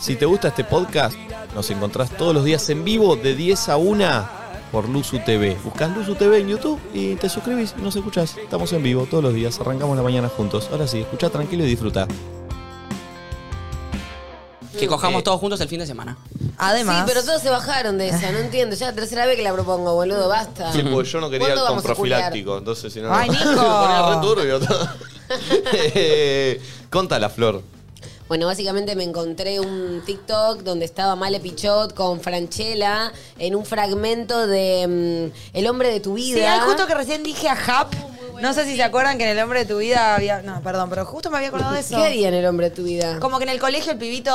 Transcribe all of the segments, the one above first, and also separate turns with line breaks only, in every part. Si te gusta este podcast, nos encontrás todos los días en vivo de 10 a 1 por Luzu TV. Buscás Luzu TV en YouTube y te suscribís y nos escuchás. Estamos en vivo todos los días, arrancamos la mañana juntos. Ahora sí, escuchá tranquilo y disfruta.
Que cojamos todos juntos el fin de semana.
Además.
Sí, pero todos se bajaron de esa, no entiendo. Ya la tercera vez que la propongo, boludo, basta.
pues.
Sí, porque yo no quería
¿Cuándo
con
vamos a
profiláctico, entonces si no...
Ay, Nico.
ponía re turbio todo. Eh, Contala, Flor.
Bueno, básicamente me encontré un TikTok donde estaba Male Pichot con Franchella en un fragmento de mm, El hombre de tu vida.
Sí, ay, justo que recién dije a Hap. No sé si se acuerdan que en El Hombre de tu Vida había... No, perdón, pero justo me había acordado de eso.
¿Qué haría en El hombre de tu vida?
Como que en el colegio el pibito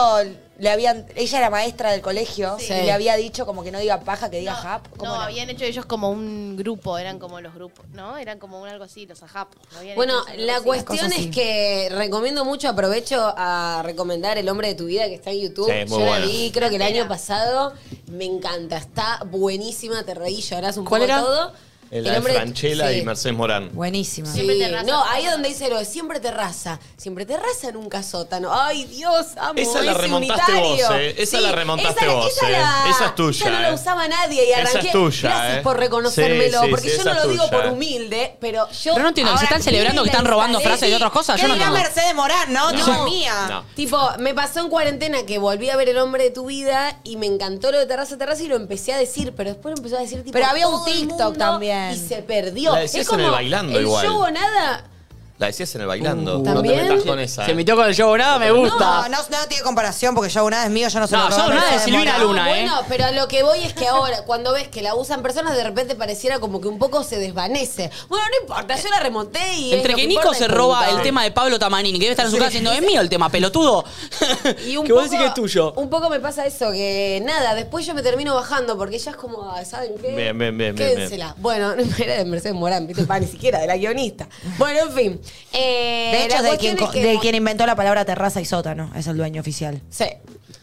le habían... Ella era maestra del colegio
Sí.
y le había dicho como que no diga paja, que diga Hap. ¿Cómo
no,
era?
habían hecho ellos como un grupo, eran como los grupos, ¿no? Eran como un algo así, los ajap. ¿no? Habían
Bueno,
hecho eso,
la
algo así.
cuestión
así.
es que recomiendo mucho, aprovecho a recomendar El hombre de tu vida que está en YouTube.
Sí, es muy
Yo la
bueno.
vi, creo que el año pasado. Me encanta, está buenísima, te reí, llorás un
¿Cuál
poco
era?
todo.
El, de
hombre de-
Franchella
sí.
y Mercedes Morán.
Buenísima.
Sí,
Siempre terraza,
Eh, No,
nunca
ahí
sótano.
donde dice lo de siempre terraza. Siempre terraza, nunca sótano. Ay, Dios, amo
Esa la
ese
remontaste
unitario.
vos, eh. Esa la remontaste vos, eh. Esa es tuya,
Esa no la
eh.
usaba nadie y
Esa es
arranqué.
tuya,
Gracias
eh.
por reconocérmelo,
Sí, sí,
porque
sí,
yo
esa
no
es
lo digo
tuya,
por
eh.
humilde, pero yo...
Pero no entiendo, ¿se están celebrando que están robando
instalé-
frases de otras cosas?
¿Qué
Yo no
diría
entiendo.
Mercedes Morán, no?
No.
Dios mía.
No.
Tipo, me pasó en cuarentena que volví a ver El Hombre de tu Vida y me encantó lo de Terraza Terraza y lo empecé a decir, pero después lo empezó a decir tipo.
Pero había un
todo el
TikTok
mundo
también.
Y se perdió.
La decías en el bailando igual.
El show o nada.
La decías en el
Uh,
bailando. no te
¿También?
metas con esa.
Se
eh.
metió con el show, nada, me
No,
gusta.
no, no tiene comparación porque yo una es mío, yo no se
No,
lo robé a
yo una de
Mercedes
Silvina
Morán.
Luna. Luna, ¿eh?
bueno, pero a lo que voy es que ahora, cuando ves que la usan personas, de repente pareciera como que un poco se desvanece. Bueno, no importa, yo la remonté y. es
Entre
lo
que Nico
importa,
se
y
roba
punto.
el tema de Pablo Tamanini, que debe estar en su casa diciendo, es mío el tema, pelotudo.
Y un
que vos
poco-
decís que es tuyo.
Un poco me pasa eso, que nada, después yo me termino bajando porque ya es como, ah, ¿saben qué?
Bien, bien, bien, bien,
Quédensela. Bueno, no era de Mercedes Morán, ¿viste? Pa, ni siquiera de la guionista. Bueno, en fin. Eh,
De hecho,
la
de
cuestión
quien,
es que-
de quien inventó la palabra terraza y sótano es el dueño oficial.
Sí.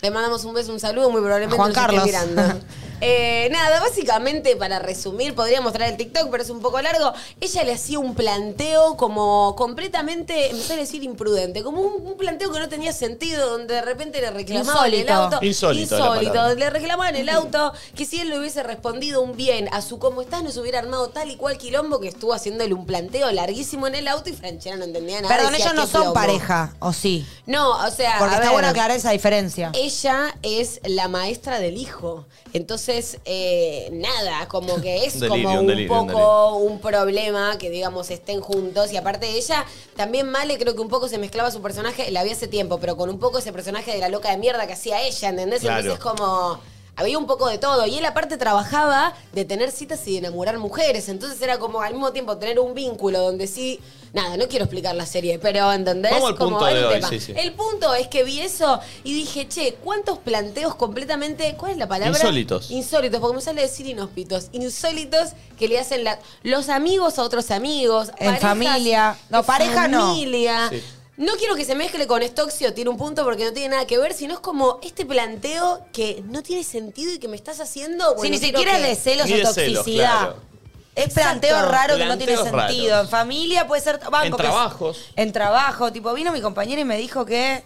Le mandamos un beso, un saludo, muy probablemente
Juan
nos esté
Carlos.
mirando. Eh, nada, básicamente para resumir, podría mostrar el TikTok, pero es un poco largo. Ella le hacía un planteo como completamente, empezó a decir imprudente, como un, un planteo que no tenía sentido, donde de repente le reclamaban en el
Insólito.
auto.
Insólito la
Insólito,
palabra.
le reclamaban en el auto que si él le hubiese respondido un bien a su cómo estás, nos hubiera armado tal y cual quilombo que estuvo haciéndole un planteo larguísimo en el auto y Franchella no entendía nada.
Perdón,
decía,
ellos no
"Qué
son
plomo".
pareja, ¿o sí?
No, o sea.
Porque
a
está
ver.
bueno aclarar esa diferencia.
Ella es la maestra del hijo. Entonces, eh, nada, como que es
Delirio,
como un
un delirio, un
poco un problema que, digamos, estén juntos. Y aparte de ella, también Male creo que un poco se mezclaba su personaje, la vi hace tiempo, pero con un poco ese personaje de la loca de mierda que hacía ella, ¿entendés? Entonces
Claro.
es como... Había un poco de todo. Y él aparte trabajaba de tener citas y de enamorar mujeres. Entonces era como al mismo tiempo tener un vínculo donde sí... Nada, no quiero explicar la serie, pero ¿entendés?
Vamos al
como
punto de
el
hoy,
tema.
sí, sí.
El punto es que vi eso y dije, che, ¿cuántos planteos completamente, cuál es la palabra?
Insólitos.
Insólitos, porque me sale decir inhóspitos. Insólitos que le hacen la- los amigos a otros amigos.
En familia. No,
en
pareja no.
familia.
Sí.
No quiero que se mezcle con Stoxio, tiene un punto porque no tiene nada que ver, sino es como este planteo que no tiene sentido y que me estás haciendo.
si
bueno,
ni
quiero
siquiera es
que-
de celos
Ni
o
de celos,
toxicidad.
claro.
Es planteo raro que no tiene
Planteos raros.
sentido. En familia puede ser. banco,
En
que es-
trabajos.
En trabajo. Tipo, vino mi compañera y me dijo que.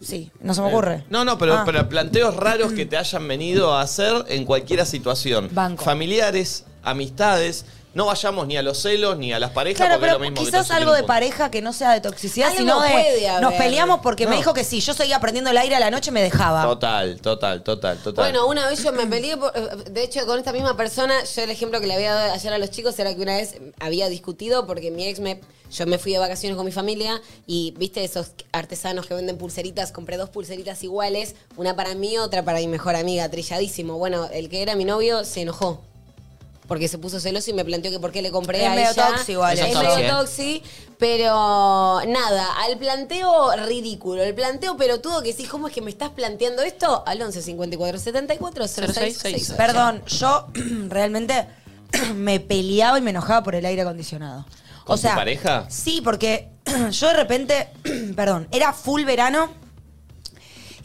Sí, no se me ocurre.
Eh, No, no, pero,
Ah.
pero planteos raros que te hayan venido a hacer en cualquier situación.
Banco.
Familiares, amistades. No vayamos ni a los celos ni a las parejas
Claro,
porque es
pero
lo mismo que
quizás
todos
algo de
sentimos.
pareja que no sea de toxicidad,
Algo
sino de.
puede haber.
Nos peleamos porque me
No.
dijo que sí. Yo seguía prendiendo el aire a la noche y me dejaba.
Total, total, total, total.
Bueno, una vez yo me peleé, por- eh, de hecho, con esta misma persona, yo el ejemplo que le había dado ayer a los chicos era que una vez había discutido porque mi ex me, yo me fui de vacaciones con mi familia y viste esos artesanos que venden pulseritas, compré dos pulseritas iguales, una para mí, otra para mi mejor amiga, trilladísimo. Bueno, el que era mi novio se enojó. Porque se puso celoso y me planteó que por qué le compré
Es
a
medio
ella.
toxi igual
Es
eso.
medio
Sí, ¿eh?
toxi, pero nada, al planteo ridículo, el planteo pelotudo que sí, ¿cómo es que me estás planteando esto? Al 11 54 74 06
Perdón, yo realmente me peleaba y me enojaba por el aire acondicionado.
¿Con tu pareja?
Sí, porque yo de repente, perdón, era full verano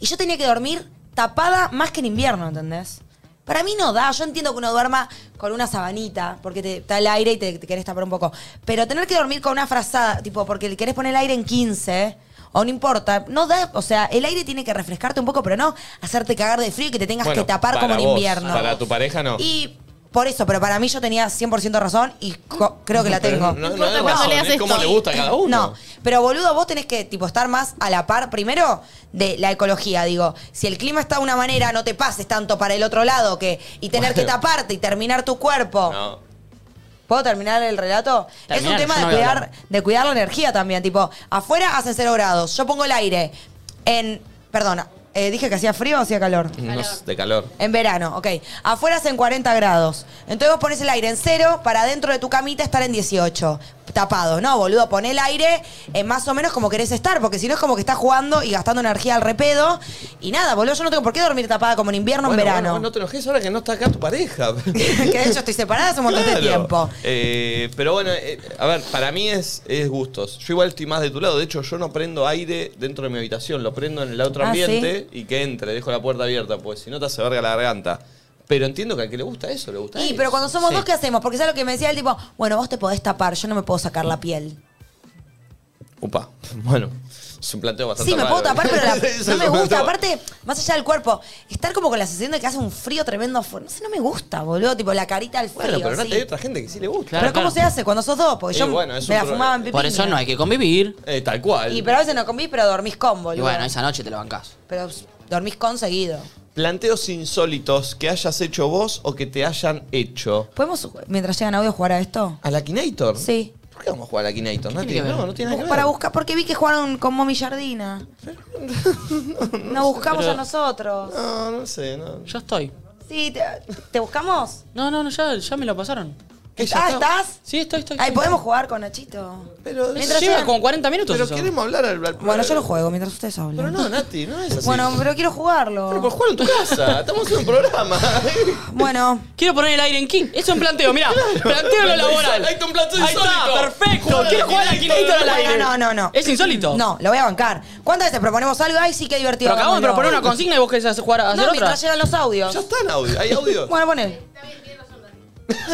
y yo tenía que dormir tapada más que en invierno, ¿entendés? Para mí no da, yo entiendo que uno duerma con una sabanita, porque te está el aire y te, te querés tapar un poco. Pero tener que dormir con una frazada, tipo, porque le querés poner el aire en 15, o no importa. No da, o sea, el aire tiene que refrescarte un poco, pero no hacerte cagar de frío y que te tengas
Bueno,
que tapar
para
como en
vos,
invierno.
Para tu pareja no.
Y por eso, pero para mí yo tenía 100% razón y co- creo que la
Pero
tengo.
No, no,
importa
no,
cuándo
razón,
le
es
haces
como le
esto.
gusta a cada uno.
No, pero boludo, vos tenés que tipo estar más a la par primero de la ecología, digo, si el clima está de una manera, no te pases tanto para el otro lado que y tener que taparte y terminar tu cuerpo.
No.
¿Puedo terminar el relato? es un
Terminar,
tema
yo
de
no voy a
cuidar,
hablar.
de cuidar la energía también, tipo, afuera hacen cero grados, yo pongo el aire en perdona, eh, dije que hacía frío o hacía calor.
Mm.
No es de calor.
En verano, ok. Afuera hacen 40 grados. Entonces vos pones el aire en cero para dentro de tu camita estar en 18. Tapado, ¿no, boludo? Pon el aire en más o menos como querés estar, porque si no es como que estás jugando y gastando energía al repedo. Y nada, boludo, yo no tengo por qué dormir tapada como en invierno o
Bueno,
en verano.
bueno, no te enojes ahora que no está acá tu pareja.
que de hecho estoy separada hace un montón de
Claro.
tiempo.
Eh, pero bueno, eh, a ver, para mí es, es gustos. Yo igual estoy más de tu lado. De hecho, yo no prendo aire dentro de mi habitación. Lo prendo en el otro
Ah,
ambiente y que entre. Dejo la puerta abierta, pues si no te hace verga la garganta. Pero entiendo que al que le gusta eso, le gusta
Y,
eso.
pero cuando somos
Sí.
dos, ¿qué hacemos? Porque ¿sabes lo que me decía el tipo? Bueno, vos te podés tapar, yo no me puedo sacar la piel.
Upa, bueno, es un planteo bastante
Sí, me puedo
raro. ¿eh?
tapar, pero la-
Eso
no
es
me
un
gusta.
planteo-
Aparte, más allá del cuerpo, estar como con la sensación de que hace un frío tremendo afuera. No sé, no me gusta, boludo. Tipo, la carita al frío.
Bueno, pero no
sí.
hay otra gente que sí le gusta.
Claro,
pero ¿cómo
claro.
se hace cuando sos dos? Porque
Y
yo
bueno, es
me
un
la
pro-
fumaba en pipiña.
Por eso no hay que convivir.
Eh, tal cual.
Y pero a veces no comís, pero dormís con, boludo.
Y bueno, esa noche te lo bancás.
Pero pss, dormís con seguido.
Planteos insólitos que hayas hecho vos o que te hayan hecho.
¿Podemos, mientras llegan audio, jugar a esto?
¿A la Akinator?
Sí.
¿Por qué vamos a jugar a la Akinator? No,
tiene
tiene-
que ver?
no, no tiene nada que ver.
Para buscar, porque vi que jugaron con Momi Jardina. Nos buscamos
pero-
a nosotros.
No, no sé. No.
Yo estoy.
Sí, te, ¿te buscamos?
No, no, no, ya, ya me lo pasaron.
¿Qué, ya
ah,
está?
¿estás?
Sí, estoy, estoy.
Ay,
estoy.
podemos jugar con Nachito.
Pero,
Mientras
Lleva
llegan-
como 40 minutos
pero
eso.
queremos hablar al, al-
Bueno, yo lo juego mientras ustedes hablan.
Pero no, Nati, no es así.
Bueno, pero quiero
pues,
Pero por
jugarlo.
jugar en tu casa. Estamos en un programa.
Bueno,
Quiero poner el aire en King. Eso es un planteo, mirá. Planteo lo laboral.
Ahí está un planteo
Ahí está,
insólito.
perfecto. Quiero jugar al Akinator al
no,
aire.
no, no, no.
¿Es insólito?
No, lo voy a bancar. ¿Cuántas veces proponemos algo? Ay, sí, qué divertido.
Pero acabamos de
hagámoslo.
proponer una consigna y vos querés hacer jugar a hacer
No,
otra.
mientras llegan los audios.
ya está en audio. ¿Hay audio?
Bueno, poné.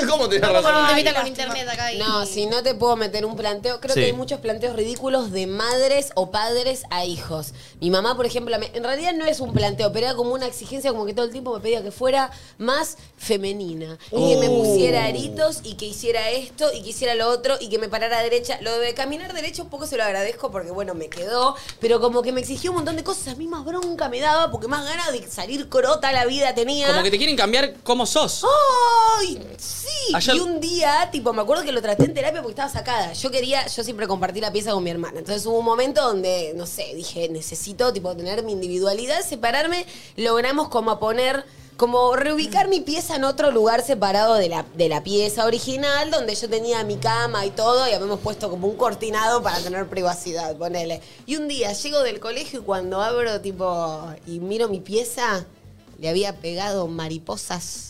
¿Cómo tenés razón?
Te meten con internet acá y...
No, si no te puedo meter un planteo, creo
Sí.
que hay muchos planteos ridículos de madres o padres a hijos. Mi mamá, por ejemplo, me- en realidad no es un planteo, pero era como una exigencia, como que todo el tiempo me pedía que fuera más femenina. Y que me
Uh.
pusiera aritos y que hiciera esto y que hiciera lo otro y que me parara derecha. Lo de caminar derecho un poco se lo agradezco porque, bueno, me quedó, pero como que me exigió un montón de cosas. A mí más bronca me daba porque más ganas de salir crota a la vida tenía.
Como que te quieren cambiar cómo sos.
Oh.
¡Ay! Sí.
Ayer-
Y un día, tipo, me acuerdo que lo traté en terapia porque estaba sacada. Yo quería, yo siempre compartí la pieza con mi hermana. Entonces hubo un momento donde, no sé, dije, necesito, tipo, tener mi individualidad, separarme. Logramos como poner, como reubicar mi pieza en otro lugar separado de la, de la pieza original, donde yo tenía mi cama y todo, y habíamos puesto como un cortinado para tener privacidad, ponele. Y un día llego del colegio y cuando abro, tipo, y miro mi pieza, le había pegado mariposas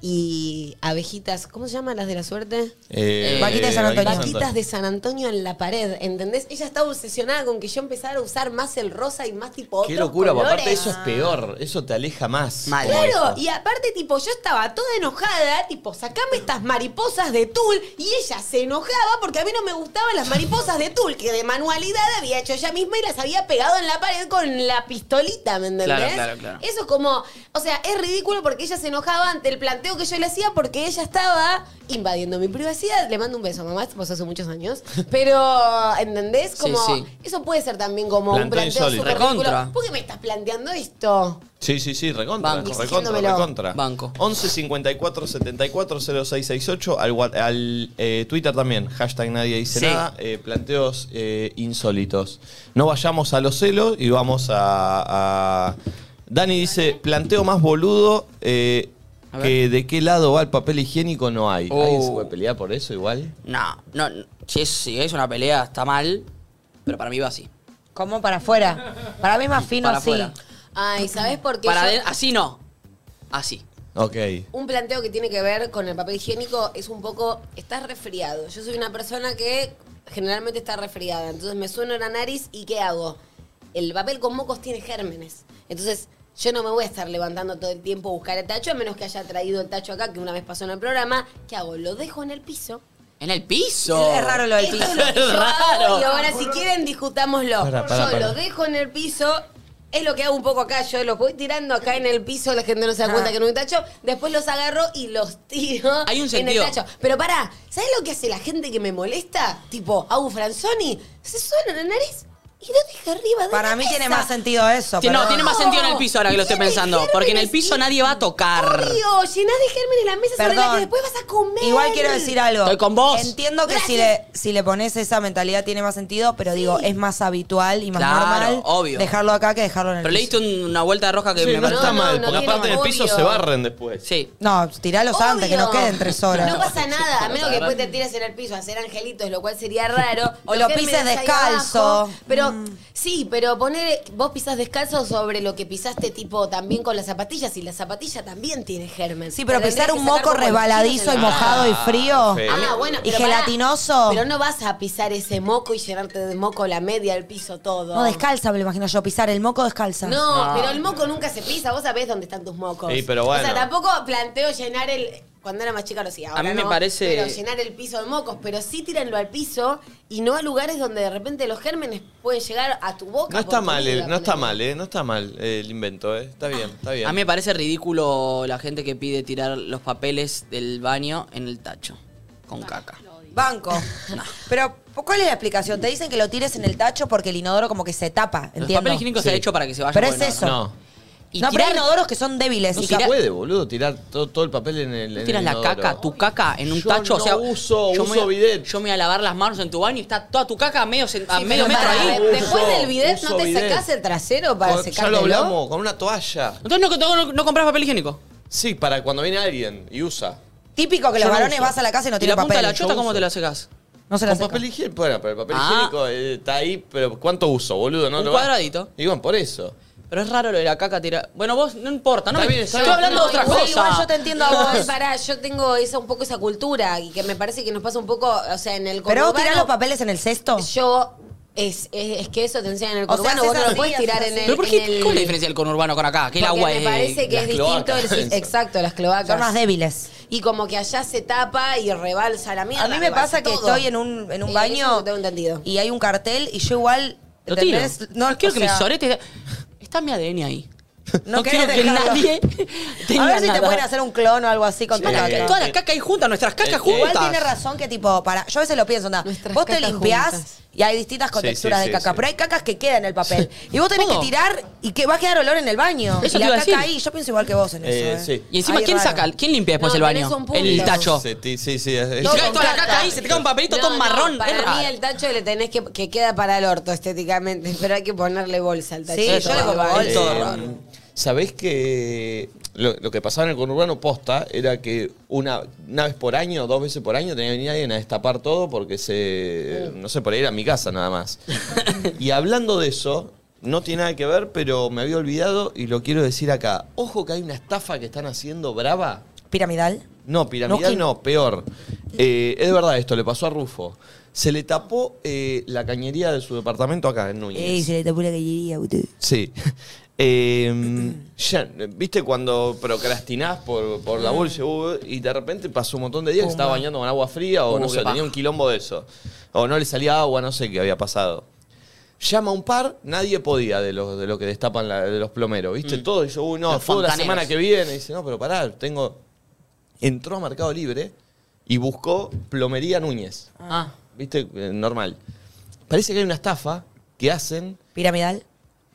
y abejitas, ¿cómo se llaman las de la suerte?
Eh,
Vaquita de San Antonio.
Vaquitas de San Antonio en la pared, ¿entendés? Ella estaba obsesionada con que yo empezara a usar más el rosa y más tipo
Qué
otros
locura, porque
colores.
aparte eso es peor. Eso te aleja más.
Mal.
como
Claro,
hijo.
y aparte, tipo, yo estaba toda enojada, tipo, sacame estas mariposas de tul, y ella se enojaba porque a mí no me gustaban las mariposas de tul, que de manualidad había hecho ella misma y las había pegado en la pared con la pistolita, ¿me entendés?
Claro, claro, claro.
Eso es como, o sea, es ridículo porque ella se enojaba ante el planteo que yo le hacía porque ella estaba invadiendo mi privacidad. Le mando un beso, mamá, esto pasó hace muchos años. Pero, ¿entendés?
Sí,
Como,
sí.
eso puede ser también como un
Planteo
planteo
insólito.
súper ridículo.
Recontra.
¿Por qué me estás planteando esto?
Sí, sí, sí, recontra,
Banco.
recontra,
Exigiéndomelo.
recontra.
Banco.
11 54 74 0668 al, wa- al eh, Twitter también, hashtag nadie dice
Sí.
nada, eh, planteos eh, insólitos. No vayamos a los celos y vamos a... a- Dani dice, planteo más boludo eh,
A ver.
que de qué lado va el papel higiénico no hay.
Oh.
¿Alguien se puede pelear por eso igual?
No, no, no. si es, si es una pelea está mal, pero para mí va así.
Como para afuera. Para mí es más fino
Para
así.
afuera.
Ay, ¿sabes por qué?
Para
yo-
aden- así no. Así.
Ok.
un planteo que tiene que ver con el papel higiénico es un poco, estás resfriado. Yo soy una persona que generalmente está resfriada, entonces me suena la nariz y ¿qué hago? El papel con mocos tiene gérmenes. Entonces, yo no me voy a estar levantando todo el tiempo a buscar el tacho, a menos que haya traído el tacho acá, que una vez pasó en el programa. ¿Qué hago? Lo dejo en el piso
En el piso.
Es raro lo del piso.
Es
Y
raro.
ahora, si quieren, discutámoslo.
Para, para,
yo
para.
lo dejo en el piso. Es lo que hago un poco acá, yo los voy tirando acá en el piso, la gente no se da cuenta
Ah.
que no un tacho, después los agarro y los tiro
Hay un
en
sentido.
el tacho. Pero pará, ¿sabes lo que hace la gente que me molesta? Tipo, Agu Franzoni, se suena la nariz y lo deja arriba de
Para
la
mí
mesa.
tiene más sentido eso.
Sí, no,
perdón.
tiene más sentido en el piso ahora que lo estoy
Tiene
pensando, porque en el piso
gérmenes
nadie va a tocar.
Obvio, llenás de gérmenes la mesa sobre la
Perdón.
que después vas a comer.
Igual quiero decir algo.
Estoy con vos.
Entiendo que si le, si le pones esa mentalidad tiene más sentido, pero digo, es más habitual y más
Claro,
normal
obvio.
dejarlo acá que dejarlo en el
Pero le
piso.
diste un- una vuelta de roja que
Sí,
me
no
parece-
está
no,
mal,
no
porque
tiene
aparte en el piso
odio.
se barren después.
Sí.
No, tiralos antes, que
Obvio.
no queden tres horas.
No pasa nada, a menos que después te tires en el piso a hacer angelitos, lo cual sería raro.
O
Los
lo
gérmenes
pises
ahí
descalzo. Mm.
abajo, Pero sí, pero poner vos pisás descalzo sobre lo que pisaste tipo también con las zapatillas y la zapatilla también tiene germen.
Sí, pero
Tendrías
pisar
que
un
sacar
moco
como los chinos
resbaladizo
en
y
la-
mojado y frío.
feo.
Ah, bueno,
Y
pero pará.
gelatinoso.
pero no vas a pisar ese moco y llenarte de moco la media, el piso, todo.
No, descalza, me lo imagino yo. Pisar el moco descalza.
No, pero el moco nunca se pisa, vos sabés dónde están tus mocos.
Sí, pero bueno.
O sea, tampoco planteo llenar el. Cuando era más chica lo hacía. ahora
A mí me
no,
parece-
Pero llenar el piso de mocos, pero sí tírenlo al piso y no a lugares donde de repente los gérmenes pueden llegar a tu boca.
No está
por tu
mal,
vida,
eh, no está
ponele.
mal, eh, no está mal eh, el invento, eh. Está bien, está bien.
A mí me parece ridículo la gente que pide tirar los papeles del baño en el tacho
Ah,
con caca.
Banco. Pero, ¿cuál es la explicación? Te dicen que lo tires en el tacho porque el inodoro como que se tapa,
Los
entiendo.
papeles higiénicos se han hecho para que se vayan
Pero
por
es
el
eso.
orden.
No.
Y
no,
tirar,
pero hay inodoros que son débiles.
No
y
No
tira-
se puede, boludo, tirar todo, todo el papel en el.
Tú
en
tiras
el
la
inodoro.
caca, tu caca en un
Yo
tacho. o sea,
no uso-
yo me voy a-
uso bidet.
Yo me voy a lavar las manos en tu baño y está toda tu caca a medio, sen- a
Sí,
medio
pero
metro
pará,
eh,
ahí.
de- Después
Uso-
del bidet,
uso
¿no te
bidet.
sacás el trasero para
Con-
secártelo?
ya lo hablamos, con una toalla.
Entonces no, no, no compras papel higiénico.
Sí, para cuando viene alguien y usa.
Típico que
Yo
los
no
varones
uso.
vas a la casa y no
¿Y la
tienen
punta
papel.
de la chota
Yo
cómo
uso.
te la secas?
No se la
Con
seca.
papel higiénico, bueno, pero el papel
Ah.
higiénico eh, está ahí, pero ¿cuánto uso, boludo? No
Un
lo vas-
cuadradito.
Y bueno, por eso.
Pero es raro lo de la caca tirar. Bueno, vos no importa, no
Está
me
bien, está
Estoy
bien.
hablando de
No,
otra
igual-
cosa.
igual
yo te entiendo a
No,
vos.
pará, yo tengo esa, un poco esa cultura y que me parece que nos pasa un poco, o sea, en el
Pero vos tirás
conurbano,
los papeles en el cesto.
Yo, es, es, es que eso te enseñan en el
O sea,
conurbano,
haces
vos no
así,
lo puedes tirar
haces
en
así.
el...
¿Pero por qué?
en el-
¿Cuál es la diferencia del conurbano con acá? Que el
Porque
agua
me
es-
parece que
las
es distinto.
cloacas,
el-
eso.
exacto, las cloacas.
Son más débiles.
Y como que allá se tapa y rebalsa la mierda.
A mí me pasa que estoy en un, en un baño
tengo entendido.
y hay un cartel y yo igual...
Lo tiro.
¿entendés?
No, quiero
o
que
sea,
mis oretes... Está mi ADN ahí.
No
No, quiero
querés
que
dejarlo.
nadie tenga
A ver si
nada.
te pueden hacer un clon o algo así con tu
Toda la,
caca.
Eh,
toda la caca ahí juntas, nuestras cacas
eh,
juntas.
Igual tiene razón que tipo, para, yo a veces lo pienso, onda,
Nuestras
vos te
cacas
limpiás
juntas.
y hay distintas contexturas de
sí, sí,
caca,
sí.
pero hay cacas que quedan en el papel. Y vos tenés
Todo.
que tirar y que va a quedar olor en el baño.
Eso
y
te
la
iba a
caca
decir.
ahí, yo pienso igual que vos en eso.
Eh,
¿eh?
sí.
Y encima,
Ahí
¿quién
raro.
saca? ¿Quién limpia después
No,
el
tenés
baño?
un punto.
El tacho.
Se ti- sí, sí. es-
Y
es-
se cae toda la caca
con caca.
ahí, se te cae un papelito
No,
todo
no,
marrón.
Para
es
mí
raro.
el tacho le tenés que, que queda para el orto estéticamente, pero hay que ponerle bolsa al tacho.
Sí,
del
yo le
baño.
pongo bolsa.
Eh,
todo raro.
¿Sabés que lo, lo que pasaba en el conurbano posta era que una, una vez por año, dos veces por año, tenía que venir alguien a destapar todo porque se. No sé, por ahí era mi casa nada más. y hablando de eso, no tiene nada que ver, pero me había olvidado y lo quiero decir acá. Ojo que hay una estafa que están haciendo brava.
Piramidal.
No,
No,
piramidal
que-
no, peor. Eh, es verdad esto, le pasó a Rufo. Se le tapó eh, la cañería de su departamento acá en Núñez.
Ey, se le tapó la gallería, usted.
Sí. Eh, ya, ¿Viste cuando procrastinás por, por la
Mm.
bolsa uh, y de repente pasó un montón de días que estaba bañando con agua fría o
Uh,
no
qué
sé,
paja.
tenía un quilombo de eso? O no le salía agua, no sé qué había pasado. Llama un par, nadie podía de los de lo que destapan la- de los plomeros, ¿viste? Todo, y yo, uy, no,
Mm. Los
todo la
fontaneros.
semana que viene. Y dice, no, pero pará, tengo. Entró a Mercado Libre y buscó Plomería Núñez,
Ah.
¿viste? Eh, Normal. Parece que hay una estafa que hacen
Piramidal.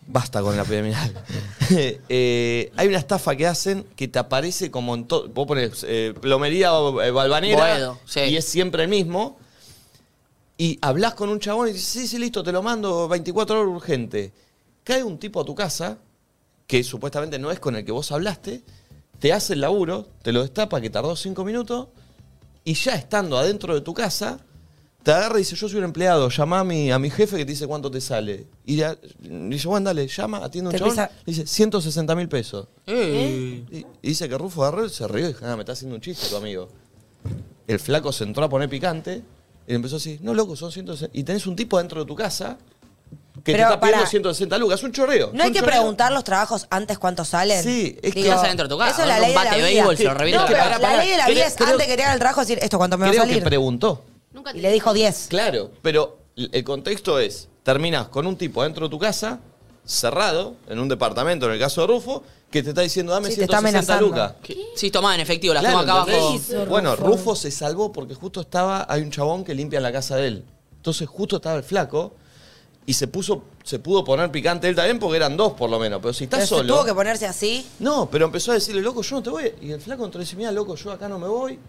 Basta con la piramidal. Eh, hay una estafa que hacen que te aparece como en todo. Vos pones eh, plomería eh, balvanera
Boedo, sí.
y es siempre el mismo. Y hablas con un chabón y dices, sí, sí, listo, te lo mando 24 horas urgente. Cae un tipo a tu casa, que supuestamente no es con el que vos hablaste, te hace el laburo, te lo destapa que tardó 5 minutos, y ya estando adentro de tu casa, te agarra y dice, yo soy un empleado, llama a mi, a mi jefe que te dice cuánto te sale. Y ya- y dice, bueno, dale, llama, atiende a un
Te
chabón,
pisa-
le dice, 160 mil pesos.
Eh.
Y, y dice que Rufo agarró y se rió y dijo, ah, me está haciendo un chiste tu amigo. El flaco se entró a poner picante y le empezó así, no, loco, son 160. Y tenés un tipo dentro de tu casa que
Pero,
te está pidiendo
pará.
160 lucas, un chorreo.
No hay
un
que
chorreo.
preguntar los trabajos antes cuánto salen.
Sí, es que-
Digo,
Estás adentro de tu casa,
Eso es la
un
ley de
bate
la
de
vida.
béisbol, se lo revienta
No,
la
pero
cara.
la ley de la
Creo-
vida es
creo-
antes que te hagan el trabajo decir esto cuánto me va a
Creo que
salir.
preguntó.
Nunca
Y le dijo 10.
Claro, pero l- el contexto es, terminás con un tipo adentro de tu casa, cerrado, en un departamento, en el caso de Rufo, que te está diciendo, dame
Sí, te está
160
amenazando.
lucas.
Sí, tomá en efectivo, las
Claro,
tomo acá
¿entendés?
abajo.
Bueno, Rufo se salvó porque justo estaba, hay un chabón que limpia la casa de él. Entonces justo estaba el flaco y se puso, se pudo poner picante él también porque eran dos por lo menos. Pero si estás
Pero se
solo.
tuvo que ponerse así.
No, pero empezó a decirle, loco, yo no te voy. Y el flaco entró y dice, mira, loco, yo acá no me voy.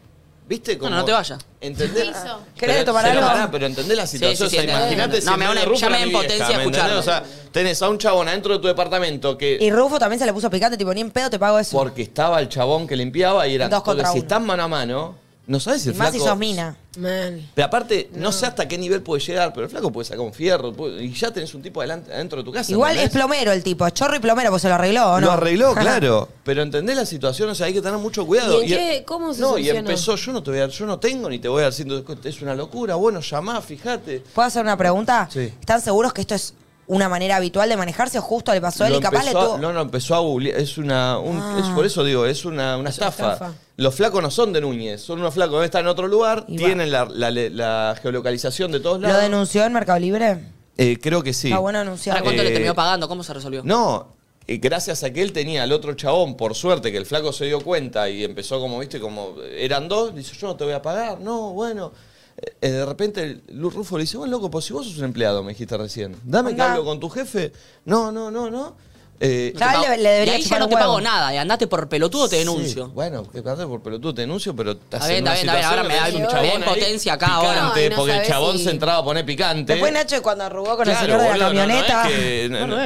¿Viste? Como,
no te vayas.
¿Entendés?
¿Qué hizo?
¿Querés
Pero-
tomar
pero
algo?
pará, pero entendés la situación.
sí,
o sea,
entiendo.
Imagínate si
No, me da
en
una- ya
una
me
ruptura
da
mi vieja,
impotencia
¿me entendés?
escucharlo.
O sea, tenés a un chabón adentro de tu departamento que
Y Rufo también se le puso picante, tipo, ni en pedo te pago eso.
porque estaba el chabón que limpiaba y eran
Dos contra
porque si
uno.
están mano a mano, no sabes si
y
el
más si
flaco-
sos mina.
Man.
Pero aparte, no. sé hasta qué nivel puede llegar, pero el flaco puede sacar un fierro puede- y ya tenés un tipo adelante, adentro de tu casa.
Igual es
¿entendés?
plomero el tipo, es chorro y plomero, pues se lo arregló, ¿o ¿no?
Lo arregló, claro. Pero entendés la situación, o sea, hay que tener mucho cuidado.
¿Y en qué? ¿Cómo se
No, y
solucionó?
empezó, yo no te voy a dar, yo no tengo ni te voy a dar ciento- es una locura, bueno, llamá, fijate.
¿Puedo hacer una pregunta?
Sí.
¿Están seguros que esto es una manera habitual de manejarse o justo le pasó a él
Lo
y capaz le
empezó a-
tuvo...
No, no, empezó a googlear. Es una. un- es por eso digo, es una, una estafa.
estafa.
Los flacos no son de Núñez, son unos flacos que están en otro lugar,
Y va.
tienen la, la- la geolocalización de todos
¿Lo
lados.
denunció en Mercado Libre?
Eh, creo que sí.
Está bueno anunciar.
¿Para cuánto le
Eh,
terminó pagando? ¿Cómo se resolvió?
No, eh, gracias a que él tenía al otro chabón, por suerte, que el flaco se dio cuenta y empezó como, viste, como eh, eran dos, dice, yo no te voy a pagar, no, bueno. Eh, eh, de repente el Lu- Rufo le dice, bueno, loco, pues si vos sos un empleado, me dijiste recién, dame que
Andá.
hablo con tu jefe. No, no, no, no. Eh,
Ya
Te
le-
pago-
le debería
y ahí ya
chupar
no
un
te
huevo.
pago nada, y andate por pelotudo, te
sí,
denuncio.
Bueno, que pasa por pelotudo, te denuncio, pero estás
Está bien,
en una
está bien, está bien, ahora
situación
me
que
da-
tenés
me
un
da
chabón ahí
impotencia acá ahora.
picante,
No, y no
porque el
sabés
chabón
si-
se entraba a poner picante.
Después Nacho cuando arrugó con el
Claro,
señor de la
boludo, no, no es
camioneta.
que- no, no.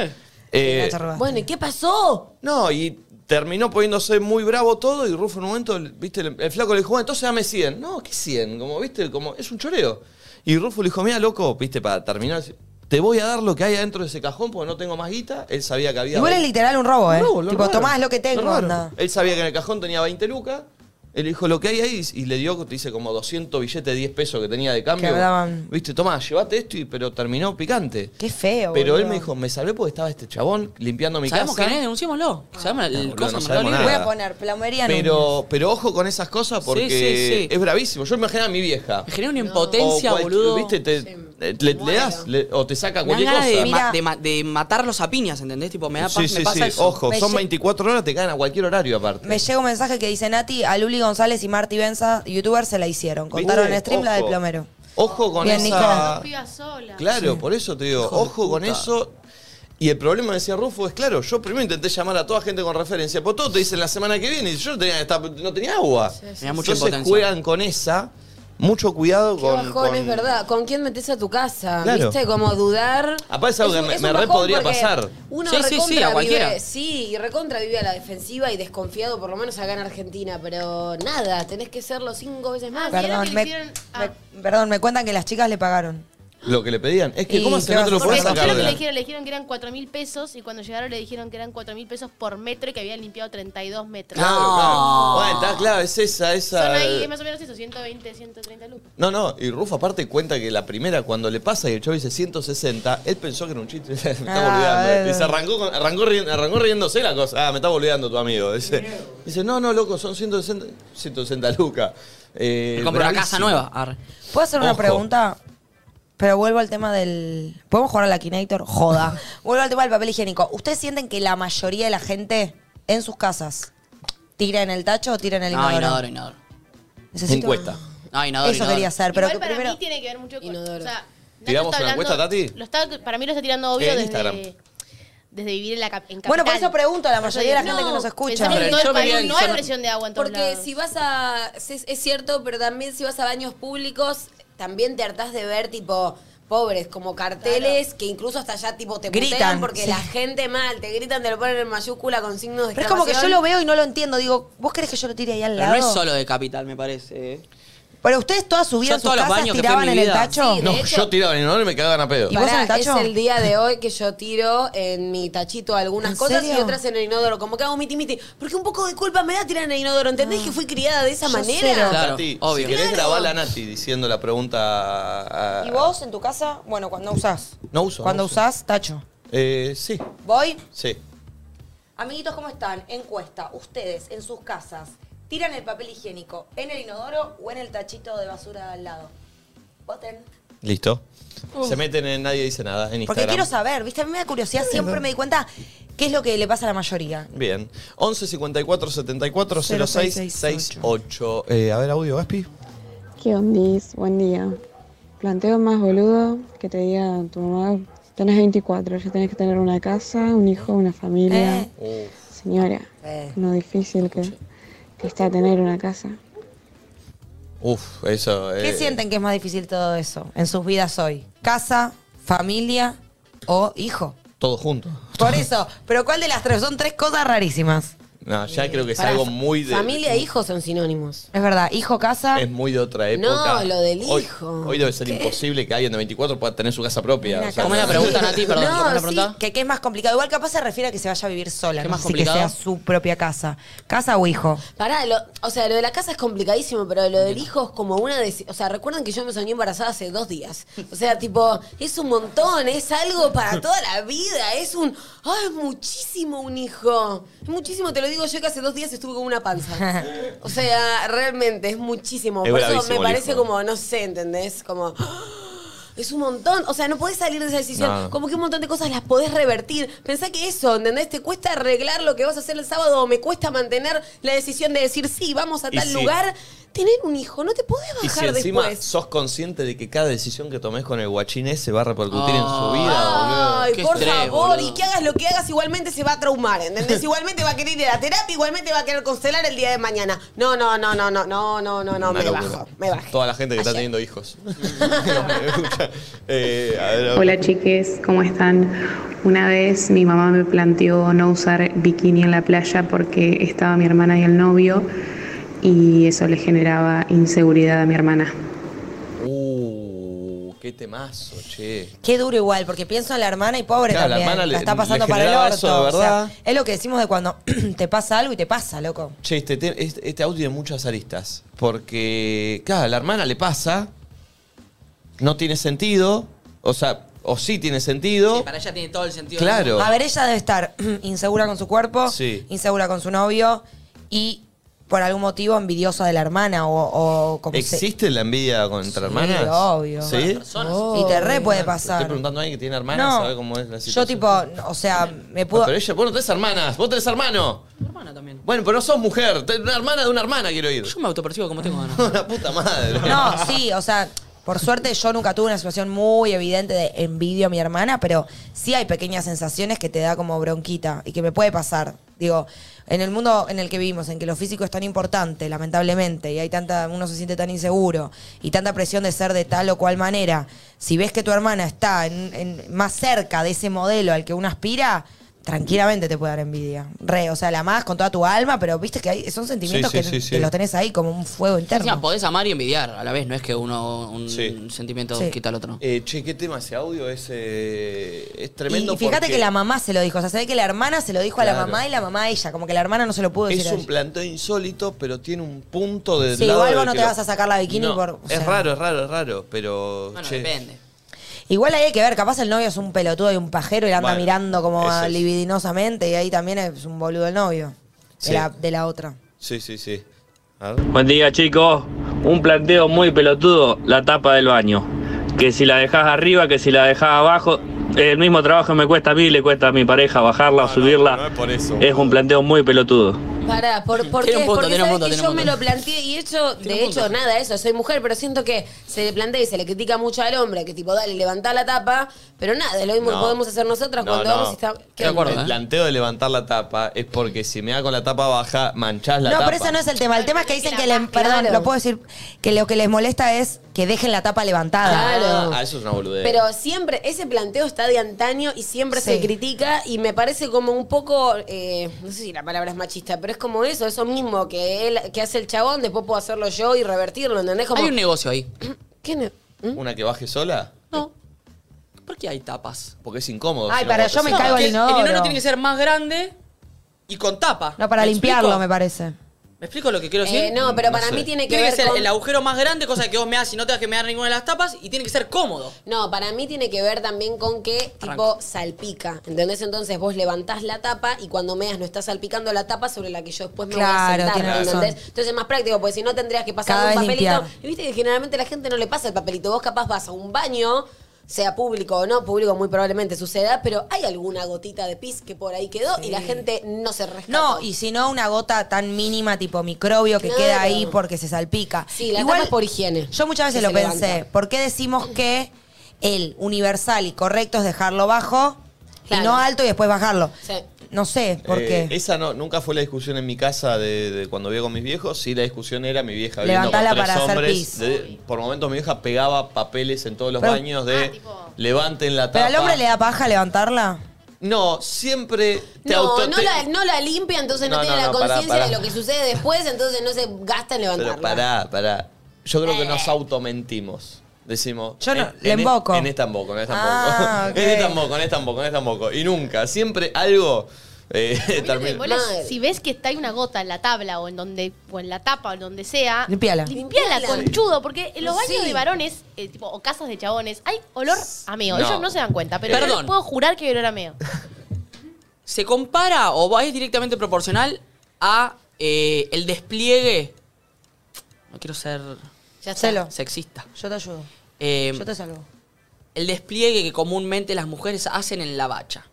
Eh,
Nacho arrugó.
Bueno, ¿y qué pasó?
No, y terminó poniéndose muy bravo todo y Rufo en un momento, viste, el, el flaco le dijo, "Bueno, entonces dame 100. No, ¿qué 100? Como, viste, como, es un choreo. Y Rufo le dijo, mira, loco, viste, para terminar, te voy a dar lo que hay adentro de ese cajón porque no tengo más guita. Él sabía que había...
Igual es literal un robo, ¿eh?
No, lo
tipo,
robaron.
tomás lo que tengo,
robaron.
anda.
Él sabía que en el cajón tenía 20 lucas. Él dijo lo que hay ahí y le dio, te dice, como 200 billetes de 10 pesos que tenía de cambio.
Que daban.
Viste, tomá, llévate esto, y, pero terminó picante.
Qué feo,
Pero él
boludo.
me dijo, me salvé porque estaba este chabón limpiando mi
¿Sabemos
casa.
quién es? Denunciémoslo.
Ah,
¿Sabemos el
boludo,
coso?
no
¿Me lo
sabemos
libre?
Voy
nada.
a poner plomería en
Pero, pero ojo con esas cosas porque
sí, sí.
es bravísimo. Yo imagino a mi vieja.
Me genera una
O
impotencia,
cual-
boludo.
¿Viste? Te, eh, le, le das le- o te saca
Me dan
cualquier
ganas
cosa.
de, ma-
Mira.
de ma- de matarlos a piñas, ¿entendés? Tipo, me, da pa-
sí,
me
sí, sí.
pasa eso.
Ojo,
Me
son
lle-
24 horas, te caen a cualquier horario aparte.
Me llega un mensaje que dice Nati, a Luli González y Marty Benza, youtubers, se la hicieron. Contaron
¿Viste?
en stream la de
Ojo.
plomero.
Ah,
Ojo con
Bien,
esa.
Dos pibas solas.
Claro, por eso te digo, ojo con eso. Y el problema, decía Rufo, es claro, yo primero intenté llamar a toda gente con referencia, porque todos te dicen la semana que viene, y yo no tenía, esta- no tenía agua.
Me da mucha
Entonces
impotencia.
juegan con esa, mucho cuidado
Qué
con...
bajón,
con-
es verdad. ¿Con quién metes a tu casa?
Claro.
¿Viste? Como dudar.
Aparte es algo que
un-
me-
un
me re
bajón
podría
porque
pasar.
Uno
Sí, sí, sí,
recontra
a
vive-
cualquiera.
sí, y recontra vive a la defensiva y desconfiado, por lo menos acá en Argentina. Pero nada, tenés que serlo cinco veces más.
Perdón.
Perdón
que
me,
hicieron- ah.
me- perdón, me cuentan que las chicas le pagaron.
Lo que le pedían. Es que,
Y
¿cómo hace?
qué
No
vas
te
a
lo
hacer?
puedes
Porque
Pero
¿qué es
sacar
lo que
de
le
la-
dijeron, le dijeron que eran 4 mil pesos y cuando llegaron le dijeron que eran 4 mil pesos por metro y que había limpiado 32 metros.
Claro, claro. Bueno, está claro, es esa, esa. eh,
Son ahí, es más o menos eso, 120, 130 lucas.
No, no, y Rufo aparte cuenta que la primera, cuando le pasa y el chavo dice 160, él pensó que era un chiste. me está
Ah,
boludeando.
bueno.
Y se arrancó, con- arrancó, riendo- arrancó riéndose la cosa. Ah, me está boludeando tu amigo. Dice, dice no, no, loco, son 160, 160 lucas. Eh,
Me compro una
bravísimo.
casa nueva. Arre.
¿Puedo hacer una
Ojo.
pregunta? Pero vuelvo al tema del... ¿Podemos jugar a la Kinator? Joda. vuelvo al tema del papel higiénico. ¿Ustedes sienten que la mayoría de la gente en sus casas tira en el tacho o tira en el
No, inodoro,
inodoro?
inodoro.
Necesito-
Encuesta.
No, inodoro,
Eso
inodoro.
quería hacer, pero
Igual
que
para
primero...
mí tiene que ver mucho con...
Inodoro.
O sea, Nacho
¿Tiramos
está
una
hablando-
encuesta, Tati?
Lo está, para mí lo está tirando obvio
En
desde,
Instagram.
desde vivir en la cap- en capital.
Bueno, por eso pregunto a la mayoría de la gente que nos
pensá
escucha.
que en todo
Yo
el
me
país
iría
no
a-
hay presión de agua en todos
Porque
lados.
si vas a. Es, es cierto, pero también si vas a baños públicos, también te hartás de ver, tipo. Pobres, como carteles que incluso hasta allá tipo te
Gritan,
putean porque
sí.
la gente mal, te gritan, te lo ponen en mayúscula con signos de
Pero es como que yo
exclamación.
lo veo y no lo entiendo. Digo, ¿vos querés que yo lo tire ahí al
Pero
lado?
no es solo de capital, me parece. ¿eh?
Pero ustedes todas subían
Son
sus
todos los
casas,
baños que fui en
tiraban
mi
en el
vida.
tacho.
Sí,
No,
De hecho-
yo tiraba en honor y me cagaban a pedo.
¿Y vos
Pará,
en el tacho?
Es el día de hoy que yo tiro en mi tachito algunas
¿En
cosas y
serio?
otras en el inodoro. Como que hago miti miti. Porque un poco de culpa me da tirar en el inodoro. ¿Entendés que fui criada de esa
Ah. Yo
manera?
cero.
Claro,
Nati,
obvio.
Si querés
Claro.
grabar la Nati diciendo la pregunta a- a-
¿Y vos en tu casa? Bueno, cuando usás.
No uso,
Cuando
no uso.
usás, tacho.
Eh, sí,
Voy.
sí.
Amiguitos, ¿cómo están? Encuesta. Ustedes en sus casas, ¿tiran el papel higiénico en el inodoro o en el tachito de basura al lado? Voten.
Listo. Se meten en Nadie Dice Nada en Instagram.
Porque quiero saber, ¿viste? A mí me da curiosidad, siempre me di cuenta qué es lo que le pasa a la mayoría.
Bien. 11 54 74 06 68. Eh, a ver, audio, Gaspi.
¿Qué ondis? Buen día. Planteo más boludo que te diga tu mamá, tenés 24, ya tenés que tener una casa, un hijo, una familia.
Eh.
Señora,
Eh.
lo difícil que, que está tener una casa.
Uf, eso.
¿Qué
eh,
sienten que es más difícil todo eso en sus vidas hoy? ¿Casa, familia o hijo?
Todo junto.
Por eso, pero ¿cuál de las tres? Son tres cosas rarísimas.
No, ya creo que es
Pará,
algo muy de.
Familia e hijo son sinónimos.
Es verdad, hijo, casa.
Es muy de otra época.
No, lo del
Hoy-
hijo.
Hoy, debe ser imposible que alguien de 24 pueda tener su casa propia. o sea,
¿Cómo es la pregunta, Nati? Perdón,
No,
¿cómo es la
sí,
pregunta?
Que, que es más complicado. Igual capaz se refiere a que se vaya a vivir sola.
¿Qué
no
más
sé si que sea
complicado?
su propia casa. ¿Casa o hijo?
Pará, lo- o sea, lo de la casa es complicadísimo, pero lo del hijo es como una de... O sea, recuerden que yo me soñé embarazada hace dos días. O sea, tipo, es un montón, es algo para toda la vida, es un... ¡Ah, es muchísimo un hijo! Es muchísimo, te lo digo yo que hace dos días estuve con una panza. O sea, realmente es muchísimo.
Es
Por eso
bravísimo
me
el
parece
hijo.
como, no sé, ¿entendés? Como... ¡ah! Es un montón, o sea, no podés salir de esa decisión.
No.
Como que un montón de cosas las podés revertir. Pensá que eso, ¿entendés? Te cuesta arreglar lo que vas a hacer el sábado o me cuesta mantener la decisión de decir sí, vamos a
Y
tal
si-
lugar. Tener un hijo, no te podés
Y si
bajar
encima
después.
sos consciente de que cada decisión que tomes con el guachín ese va a repercutir en su
Ah,
vida,
Ay,
Qué
por
estrés,
favor,
boludo.
y que hagas lo que hagas, igualmente se va a traumar, ¿entendés? Igualmente va a querer ir a terapia, igualmente va a querer constelar el día de mañana. No, no, no, no, no, no, no, no, no,
boludo. Una
me
locura.
bajo, me bajo.
Toda la gente que está teniendo hijos. Eh, a ver, a ver.
Hola chiques, ¿cómo están? Una vez mi mamá me planteó no usar bikini en la playa porque estaba mi hermana y el novio y eso le generaba inseguridad a mi hermana.
Uh, qué temazo, che.
Qué duro igual, porque pienso en la hermana y pobre
Claro, la
también. La
hermana le-
está pasando
le
para el
generaba
orto.
eso, de
o sea,
verdad.
es lo que decimos de cuando te pasa algo y te pasa, loco.
Che, este, te- este- este audio tiene muchas aristas. Porque, claro, a la hermana le pasa. No tiene sentido. O sea, o sí tiene sentido.
Sí, para ella tiene todo el sentido.
Claro.
A ver, ella debe estar insegura con su cuerpo,
Sí.
insegura con su novio y por algún motivo envidiosa de la hermana o, o como se-
¿Existe la envidia contra
Sí,
hermanas?
obvio.
¿Sí?
y te re puede pasar.
Estoy preguntando a alguien que tiene hermanas,
No,
sabe cómo es la
yo
situación.
tipo, o sea, me
Ah,
puedo...
pero ella, vos no tenés hermanas, vos tenés hermano.
Mi hermana también.
Bueno, pero no sos mujer, tenés una hermana de una hermana quiero ir.
Yo me autopercibo como tengo ganas.
La puta madre.
No, sí, o sea, por suerte yo nunca tuve una situación muy evidente de envidio a mi hermana, pero sí hay pequeñas sensaciones que te da como bronquita y que me puede pasar. Digo, en el mundo en el que vivimos, en que lo físico es tan importante, lamentablemente, y hay tanta, uno se siente tan inseguro y tanta presión de ser de tal o cual manera, si ves que tu hermana está en- en- más cerca de ese modelo al que uno aspira, tranquilamente te puede dar envidia. Re, o sea, la amás con toda tu alma, pero viste que hay, son sentimientos
sí,
que,
sí, sí.
que los tenés ahí como un fuego interno.
Encima, podés amar y envidiar a la vez, no es que uno un
Sí.
sentimiento
Sí.
quita al otro.
Eh, che, qué tema ese audio es, eh, es tremendo.
Y fíjate
porque
que la mamá se lo dijo. O sea, se ve que la hermana se lo dijo a la
Claro.
mamá y la mamá a ella. Como que la hermana no se lo pudo decir
es
a
un
ella.
planteo insólito, pero tiene un punto de.
Sí,
lado
igual
de
vos no
que
te
lo-
vas a sacar la bikini
No,
por- o
es
sea.
raro, es raro, es raro, pero.
Bueno,
che,
depende.
Igual ahí hay que ver, capaz el novio es un pelotudo y un pajero y la anda
Bueno,
mirando como
eso
a-
es.
libidinosamente y ahí también es un boludo el novio.
Sí.
De, la, de la otra.
Sí, sí, sí. A ver.
Buen día chicos, un planteo muy pelotudo, la tapa del baño. Que si la dejas arriba, que si la dejas abajo, el mismo trabajo me cuesta a mí, le cuesta a mi pareja bajarla o subirla.
Ah, no es por eso,
es un planteo muy pelotudo.
Pará, por, ¿por
Tiene
qué?
un punto,
Porque
tiene un
sabes
punto,
que
tiene
yo
un
me
punto.
lo planteé y hecho,
Tiene
de
un
hecho,
punto.
nada, eso, soy mujer, pero siento que se le plantea y se le critica mucho al hombre, que tipo, dale, levantá la tapa, pero nada, es lo mismo que
No.
podemos hacer nosotras
No,
cuando
no.
vamos y está... ¿Qué?
De acuerdo,
El
¿eh?
planteo de levantar la tapa es porque si me da con la tapa baja, manchás la
no,
tapa.
pero eso no es el tema. El tema es que dicen que, le, perdón,
Claro.
lo puedo decir, que lo que les molesta es que dejen la tapa levantada.
Claro.
Ah, eso es una boludez.
Pero siempre, ese planteo está de antaño y siempre se
Sí.
critica y me parece como un poco, eh, no sé si la palabra es machista, pero es como eso, eso mismo que él, que hace el chabón, después puedo hacerlo yo y revertirlo, ¿entendés? Como,
Hay un negocio ahí.
¿qué ne- ¿Mm?
¿Una que baje sola?
No. ¿Por qué hay tapas?
Porque es incómodo.
Ay,
si no
para,
vos
yo me
te sentás.
caigo al
que el
inodoro.
tiene que ser más grande y con tapa.
No, para
¿Me
limpiarlo,
explico?
me parece.
¿Me explico lo que quiero decir?
Eh, no, pero para mí tiene que
Tiene que
ver
ser
con-
el agujero más grande, cosa que vos me das y no te vas que mear ninguna de las tapas, y tiene que ser cómodo.
No, para mí tiene que ver también con que tipo salpica. ¿Entendés? Entonces vos levantás la tapa y cuando meas no estás salpicando la tapa sobre la que yo después me voy a
Claro,
sentar.
tiene razón.
¿entendés? Entonces es más práctico, porque si no tendrías que pasar
Cada
un
vez
papelito.
limpiar.
Y viste que generalmente la gente no le pasa el papelito. Vos capaz vas a un baño, sea público o no, público muy probablemente suceda, pero hay alguna gotita de pis que por ahí quedó y la gente no se rescató.
No, y si no, una gota tan mínima, tipo microbio, que
Claro.
queda ahí porque se salpica.
Sí, la tapa es por higiene.
Yo muchas veces
Que
lo
se
pensé.
levanta.
¿Por qué decimos que el universal y correcto es dejarlo bajo
Claro.
y no alto y después bajarlo?
Sí.
No sé, ¿por
Eh,
qué?
Esa no, nunca fue la discusión en mi casa de, de cuando vivía con mis viejos. Sí, la discusión era mi vieja viviendo con
Levantala
tres
para hacer
hombres.
pis.
de- por momentos mi vieja pegaba papeles en todos los
Pero-
baños de
Ah, tipo-
levanten la tapa.
¿Pero al hombre le da paja levantarla?
No, siempre te
No,
auto-
no,
te-
la, no la limpia, entonces no,
No,
tiene
no,
la
no, pará,
conciencia de
pará.
lo que sucede después, entonces no se gasta en levantarla.
Pero pará, pará. Yo creo que nos
Eh.
automentimos. Decimos.
Yo no-
en-
le
en-
emboco.
En esta emboco, en esta emboco.
Ah, ok.
En esta emboco, en esta emboco, en esta emboco. Y nunca, siempre algo eh,
A mí lo que me
termina-
duele es
Mal.
si ves que está hay una gota en la tabla o en donde o en la tapa o en donde sea,
Limpiala.
limpiala conchudo, porque en los baños
Sí.
de varones, eh, tipo, o casas de chabones, hay olor a meo.
No.
Ellos no se dan cuenta, pero
Perdón.
yo les puedo jurar que hay olor a meo.
¿Se compara o va- es directamente proporcional a eh, el despliegue? No quiero ser
Ya está.
Celo.
sexista.
Yo te ayudo.
Eh,
Yo te salvo.
el despliegue que comúnmente las mujeres hacen en la bacha.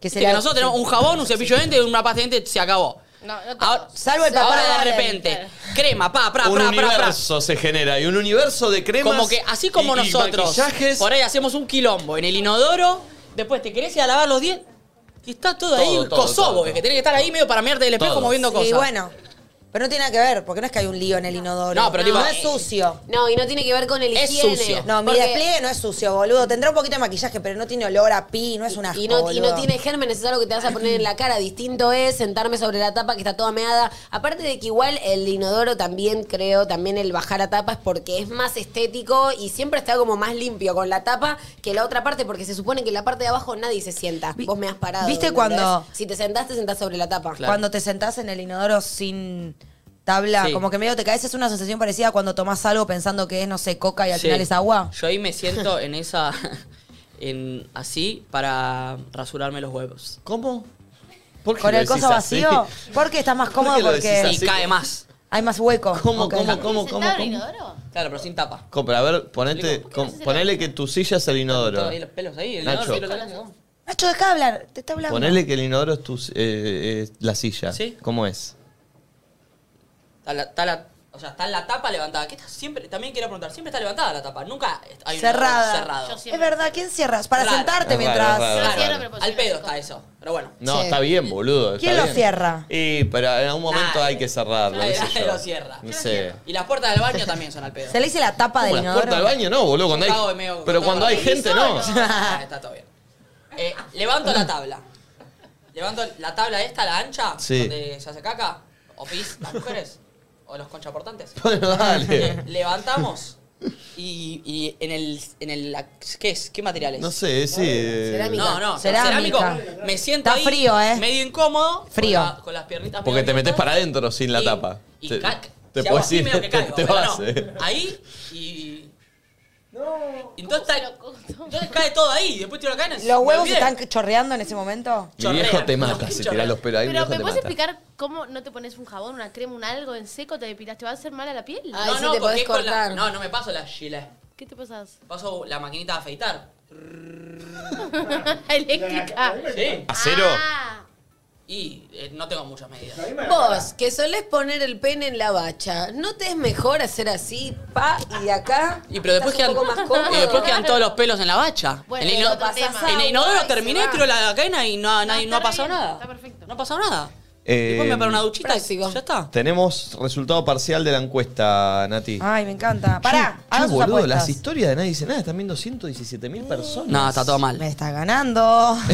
Que
Viste
se la-
que nosotros tenemos un jabón, un cepillo de dientes, una pasta de dientes, se acabó.
No, no todos.
ahora,
Salvo el papá
ahora de
Noel.
repente, crema, pa, pra,
un
pra, pra, pra.
universo se genera y un universo de cremas.
Como que así como
y- y
nosotros,
maquillajes.
por ahí hacemos un quilombo en el inodoro, después te querés ir a lavar los dientes y está todo,
Todo,
ahí,
todo,
Kosovo,
todo,
que
todo.
tenés que estar ahí medio para mirarte del espejo
Todo.
como viendo cosas.
Sí, bueno. Pero no tiene nada que ver, porque no es que hay un lío en el inodoro.
No, pero tipo-
no es sucio.
No, y no tiene que ver con el
Es
higiene.
sucio.
No, mi
Porque-
despliegue no es sucio, boludo. Tendrá un poquito de maquillaje, pero no tiene olor a pi, no es una
Y no, y no tiene gérmenes, es algo que te vas a poner en la cara. Distinto es sentarme sobre la tapa que está toda meada. Aparte de que igual el inodoro también, creo, también el bajar a tapa es porque es más estético y siempre está como más limpio con la tapa que la otra parte, porque se supone que en la parte de abajo nadie se sienta.
Vi-
Vos me has parado.
¿Viste
¿entendés?
cuando-
Si te sentás, te sentás sobre la tapa.
Cuando te sentás en el inodoro sin tabla,
Sí.
como que medio te caes, es una sensación parecida a cuando tomás algo pensando que es, no sé, coca y al
Sí.
final es agua.
Yo ahí me siento en esa. En, así para rasurarme los huevos.
¿Cómo? ¿Por qué
Con
lo
el
decís
coso
así?
vacío, porque estás más cómodo
qué lo
porque
Y
decís así?
cae más.
hay más hueco.
¿Cómo,
Ok.
cómo, cómo,
¿Se
cómo?
sentaron
cómo?
inodoro?
Claro, pero sin tapa.
Como, pero a ver, ponete,
¿Por qué
com-
haces el
ponele que tu silla es el
Todo
inodoro.
ahí, los pelos ahí. el
Nacho.
inodoro, sí, lo tenés, ¿no?
Nacho, dejá de hablar, te está hablando.
Ponele que el inodoro es tu, eh, eh, la silla.
Sí.
¿Cómo es?
Está la, está la- o sea, está la tapa levantada. ¿Qué está siempre? También quiero preguntar, siempre está levantada la tapa. Nunca hay un
Cerrada.
inodoro cerrado.
Yo sí.
Es verdad, ¿quién cierras? Para
Raro.
sentarte
Es raro,
mientras.
es raro.
Yo
Claro,
cierro, pero por si
al
no
pedo
se
está
come.
eso. Pero bueno.
No,
Sí.
está bien, boludo. está
¿Quién lo
bien.
cierra?
Y, pero en algún momento
Nadie.
hay que cerrarlo.
Nadie,
qué sé
nadie
yo.
Ah, lo cierra.
No sé.
Y las puertas del baño también son al pedo.
Se le dice la tapa
¿Cómo
del
las
inodoro.
puertas del baño? No, boludo. Cuando
Yo cago
hay,
de medio-
pero
yo
cuando
cago
hay
de
gente, no.
Ah, está todo bien. Eh, levanto la tabla. Levanto la tabla esta, la ancha,
Sí.
donde se hace caca. O pis, las mujeres. o los conchaportantes.
Bueno,
Le-
dale.
Levantamos. Y, y en el. En el la- ¿Qué es? ¿Qué material es?
No sé, sí. eh,
Cerámica.
No, no,
Cerámica.
cerámico. Me siento
Está
ahí,
frío, ¿eh?
Medio incómodo.
Frío.
Con, la- con las piernitas.
Porque
medio
te metes
abiertas,
para adentro sin la
y-
tapa.
Y
te,
cac.
te
si hago
puedes
así,
ir,
medio que
te,
caigo,
te
pero
vas.
no.
eh.
Ahí y. No. Entonces, está- entonces cae todo ahí. Después tiro la cadena. y
¿Los
me
huevos
olvidé.
están chorreando en ese momento?
Mi viejo
Chorrean.
te mata si
Chorrean.
tirás los pelos ahí. Mi
Pero,
viejo
¿me
te
puedes
mata.
explicar cómo no te pones un jabón, una crema, un algo en seco, te depilas? ¿Te va a hacer mal a la piel?
Ay,
no,
sí
no,
te
porque
podés
es con la-
cortar.
no, no me paso la chile.
¿Qué te pasas?
Paso la maquinita de afeitar.
Eléctrica.
Sí.
¿A cero?
Ah.
Y eh, no tengo muchas medidas.
Vos, que solés poner el pene en la bacha, ¿no te es mejor hacer así, pa, y de acá?
Y pero después
¿Estás
quedan,
un poco más cómodo?
y después quedan todos los pelos en la bacha.
Bueno,
en el,
es
ino-
otro
pasás
tema.
en el inodoro
agua y se
terminé,
va.
tiro la cadena y no, nadie-
Ah, está
no ha
re
pasado
bien,
nada.
está perfecto.
No ha pasado nada.
Eh,
después me paro una duchita y
Práctico.
ya está.
Tenemos resultado parcial de la encuesta, Nati.
Ay, me encanta. Ah, Pará,
Che,
hagan
che,
sus
boludo,
apuestas.
las historias de nadie dice nada. Están viendo 117 mil personas.
No, está todo
Me
mal.
está ganando. me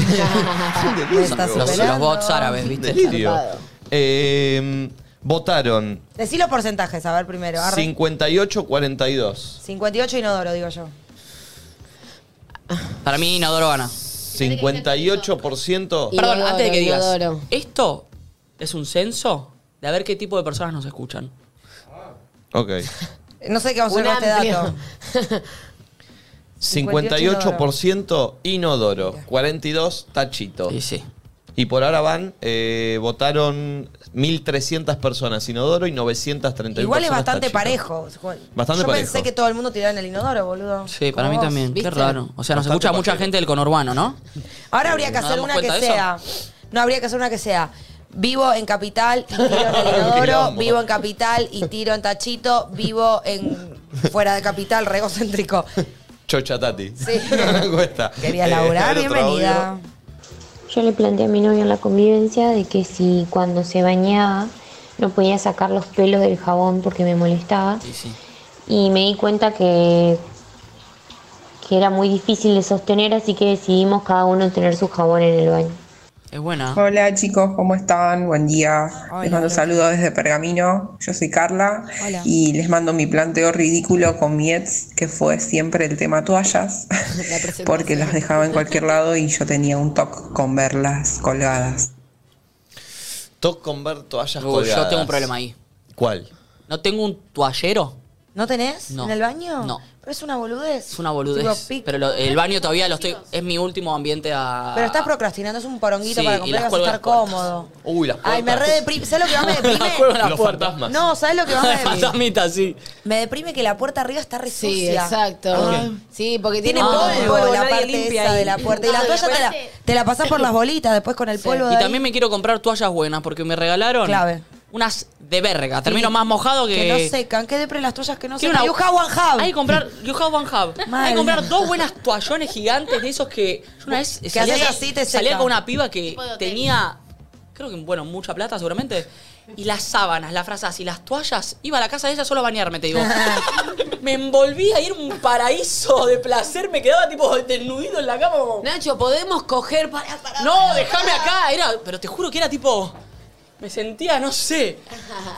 está
Los, los
superando.
bots árabes,
Un
¿viste?
Delirio. Eh, votaron
Decí los porcentajes, a ver primero. arre.
58-42.
58 inodoro, digo yo.
Para mí, inodoro gana.
58%.
Y-
Perdón,
Inodoro,
antes de que digas.
inodoro.
Esto es un censo de a ver qué tipo de personas nos escuchan.
Ok.
No sé qué vamos a hacer
Un
con este dato.
58% inodoro, 42% tachito.
Sí, sí.
Y por ahora van, eh, votaron 1.300 personas inodoro y 931
Igual es
personas
bastante
tachito.
parejo.
Bastante
Yo
parejo.
pensé que todo el mundo tiraba en el inodoro, boludo.
Sí, para mí
Como vos,
también.
¿viste?
Qué raro. O sea, nos
Bastante
escucha mucha
pasivo.
gente del conurbano, ¿no?
Ahora habría que
¿Nos
hacer
damos
una que
cuenta de eso?
sea. No habría que hacer una que sea. Vivo en Capital y tiro en el inodoro.
Quilombo.
vivo en Capital y tiro en Tachito. Vivo en fuera de Capital, regocéntrico.
Chocha Tati.
Sí.
Me cuesta.
Quería
Eh, a
laburar,
ver, otro
bienvenida.
audio.
Yo le planteé a mi novio en la convivencia de que si cuando se bañaba no podía sacar los pelos del jabón porque me molestaba
Sí, sí.
y me di cuenta que, que era muy difícil de sostener, así que decidimos cada uno tener su jabón en el baño.
Es buena.
Hola chicos, ¿cómo están? Buen día.
Hola,
les mando
hola.
saludos desde Pergamino. Yo soy Carla
Hola.
y les mando mi planteo ridículo con mi ex, que fue siempre el tema toallas, porque las dejaba en cualquier lado y yo tenía un toque con verlas colgadas.
Toc con ver toallas
Uy,
colgadas.
yo tengo un problema ahí.
¿Cuál?
¿No tengo un toallero?
¿No tenés?
No.
¿En el baño?
No.
Pero es una boludez.
Es una
Tipo,
boludez.
pic.
Pero lo- el baño todavía lo estoy. Es mi último ambiente a.
Pero estás procrastinando, es un poronguito
Sí,
para
y
comprar y
las
vas a estar
cuelgo en las
cómodo.
Uy, las puertas.
Ay, me re deprime. ¿Sabes lo que más me deprime?
Las cuelgo en las
Los
puertas.
fantasmas.
No, ¿sabes lo que más me deprime?
Fantasmita, sí.
Me deprime que la puerta arriba está re
Sí,
sucia.
exacto. Sí, porque Ah. tiene
Tiene
Ah,
polvo, la
nadie
parte
limpia
esa
ahí.
de la puerta. Y la
No,
toalla te la,
después-
te la pasás por las bolitas después con el polvo de
Y
ahí.
también me quiero comprar toallas buenas porque me regalaron.
Clave.
Unas de verga. Termino más mojado que.
Que no secan. Qué depre las toallas que no
Quiero
secan.
una-
Y un how and how.
Hay que comprar. You have one hub.
Mal.
Hay que comprar dos buenas toallones gigantes de esos que. Yo una vez salía,
haces así, te seca.
salía con una piba que
Tipo de hotel.
tenía. Creo que, bueno, mucha plata seguramente. Y las sábanas, las frazas y las toallas. Iba a la casa de ella solo a bañarme, te digo. me envolvía y era un paraíso de placer. Me quedaba tipo desnudido en la cama. como,
Nacho, podemos coger para. para
No, déjame acá. Era, pero te juro que era tipo. Me sentía, no sé.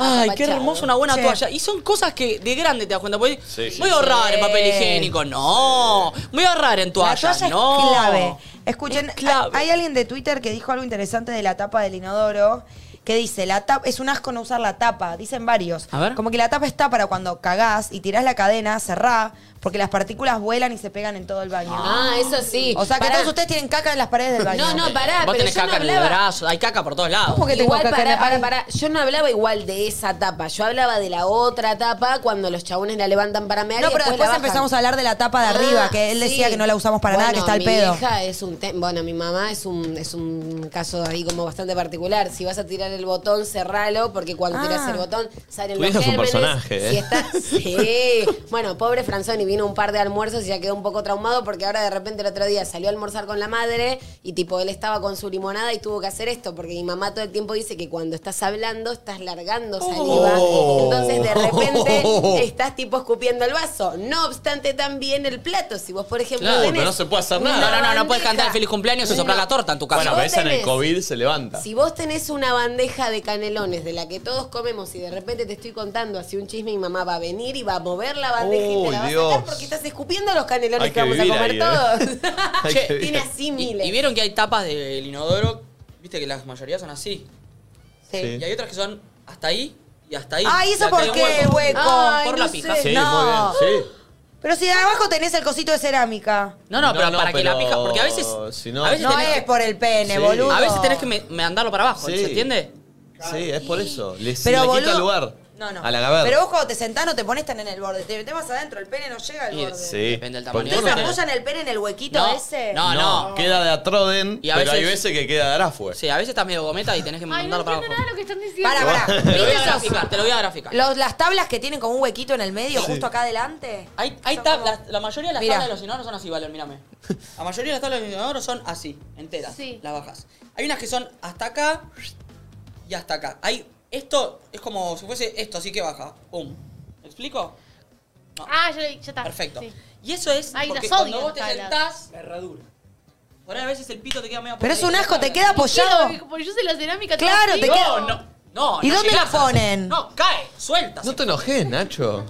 Ay, qué
Apachado.
hermoso una buena
Sí.
toalla. Y son cosas que de grande te das cuenta. porque
Sí.
voy a ahorrar en papel
Sí.
higiénico, no. Voy a ahorrar en
La
toallas,
toalla
no.
es clave. Escuchen,
Es clave.
hay hay alguien de Twitter que dijo algo interesante de la tapa del inodoro. Que dice, la tapa, es un asco no usar la tapa, dicen varios.
A ver.
Como que la tapa está para cuando cagás y tirás la cadena, cerrá, porque las partículas vuelan y se pegan en todo el baño.
Ah, eso sí.
o sea que
Pará.
todos ustedes tienen caca en las paredes del baño.
No, no, pará,
Vos
pero
tenés
yo no
caca en el
hablaba-
brazo, hay caca por todos lados.
¿Cómo que tengo
igual,
caca en
pará,
el-
pará,
Ay.
pará. Yo no hablaba igual de esa tapa. Yo hablaba de la otra tapa cuando los chabones la levantan para mear.
No,
y
pero
después,
después empezamos a hablar de la tapa de
Ah,
arriba, que él decía que no la usamos para nada, que está al
el
pedo.
Mi hija es un te- bueno, mi mamá es un, es un caso ahí como bastante particular. Si vas a tirar el botón, cerralo, porque cuando
Ah.
tiras el botón salen
Tu
los
hija es un
gérmenes.
personaje,
Si
¿eh?
está- sí. Bueno, pobre Franzoni, vino un par de almuerzos y ya quedó un poco traumado porque ahora de repente el otro día salió a almorzar con la madre y tipo él estaba con su limonada y tuvo que hacer esto porque mi mamá todo el tiempo dice que cuando estás hablando estás largando saliva.
Oh.
Entonces de repente estás tipo escupiendo el vaso. No obstante también el plato. Si vos, por ejemplo,
Claro,
tenés
pero no se puede hacer
No,
nada.
una
no, no, no, puedes
bandeja-
cantar el feliz cumpleaños y soplar la torta en tu casa.
Bueno,
Bueno,
vos
ves en el
tenés-
COVID se levanta.
Si vos tenés una bandeja de canelones de la que todos comemos y de repente te estoy contando así un chisme, mi mamá va a venir y va a mover la bandeja y te
Uy,
la va a
Dios.
sacar porque estás escupiendo los canelones
Hay
que,
que
vamos a
vivir
comer
ahí, ¿eh?
todos.
Hay
Che,
que ver.
Tiene así
Y-
miles.
y, vieron que hay tapas del inodoro, viste que las mayorías son así.
Sí.
Y hay otras que son hasta ahí y hasta ahí.
Ay, ¿eso
Y hasta
por
hay un
qué, hueco?
Ah,
Ay,
por
no
la pija.
sé.
Sí,
No.
muy bien. Sí.
Pero si de abajo tenés el cosito de cerámica.
No, no,
No,
pero
no,
para que la
pero
pija, porque a veces.
si no-
a veces
No
tenés
es
que-
por el pene,
Sí.
boludo.
A veces tenés que me, mandarlo para abajo,
Sí.
¿se entiende?
Sí, es por eso. Le, si
Pero
le quita
boludo-
lugar
No, no.
a la gaber.
Pero vos cuando te sentás no te pones tan en el borde. Te metés más adentro, el pene no llega al
Y-
borde.
Sí.
Depende del tamaño.
Porque
¿Ustedes
vos no tenés-
apoyan el pene en el huequito
No,
ese?
no.
no, queda de atroden,
Y a
pero hay
veces-
veces que queda de arafue.
Sí, a veces estás medio gometa y tenés que
Ay, no
mandarlo Mm, para
entiendo
abajo.
nada de lo que están diciendo.
Pará, pará.
Te lo voy a
¿Viste esos-
graficar, te lo voy a graficar.
los- las tablas que tienen como un huequito en el medio, justo acá adelante?
Hay, hay
Son
tab-
como-
las- la mayoría de las
Mirá.
tablas de los inodoros son así, Valen, mírame. La mayoría de las tablas de los inodoros son así, enteras,
Sí.
las bajas. Hay unas que son hasta acá y hasta acá. Hay esto es como si fuese esto, así que baja. Pum. ¿Me explico?
Ah, ya, ya está.
Perfecto.
Sí.
Y eso es
Ay,
porque
las odio
cuando vos te
las tablas.
sentás, la herradura. Por ahí a veces el pito te queda medio
Pero es un
apretado.
asco, te queda apoyado.
Quiero, porque yo soy la cerámica.
Pues Claro,
todo
te
así.
queda-
No, no. No,
¿Y
no
dónde la
llegás a-
ponen?
No, cae, suelta.
No te enojes, Nacho.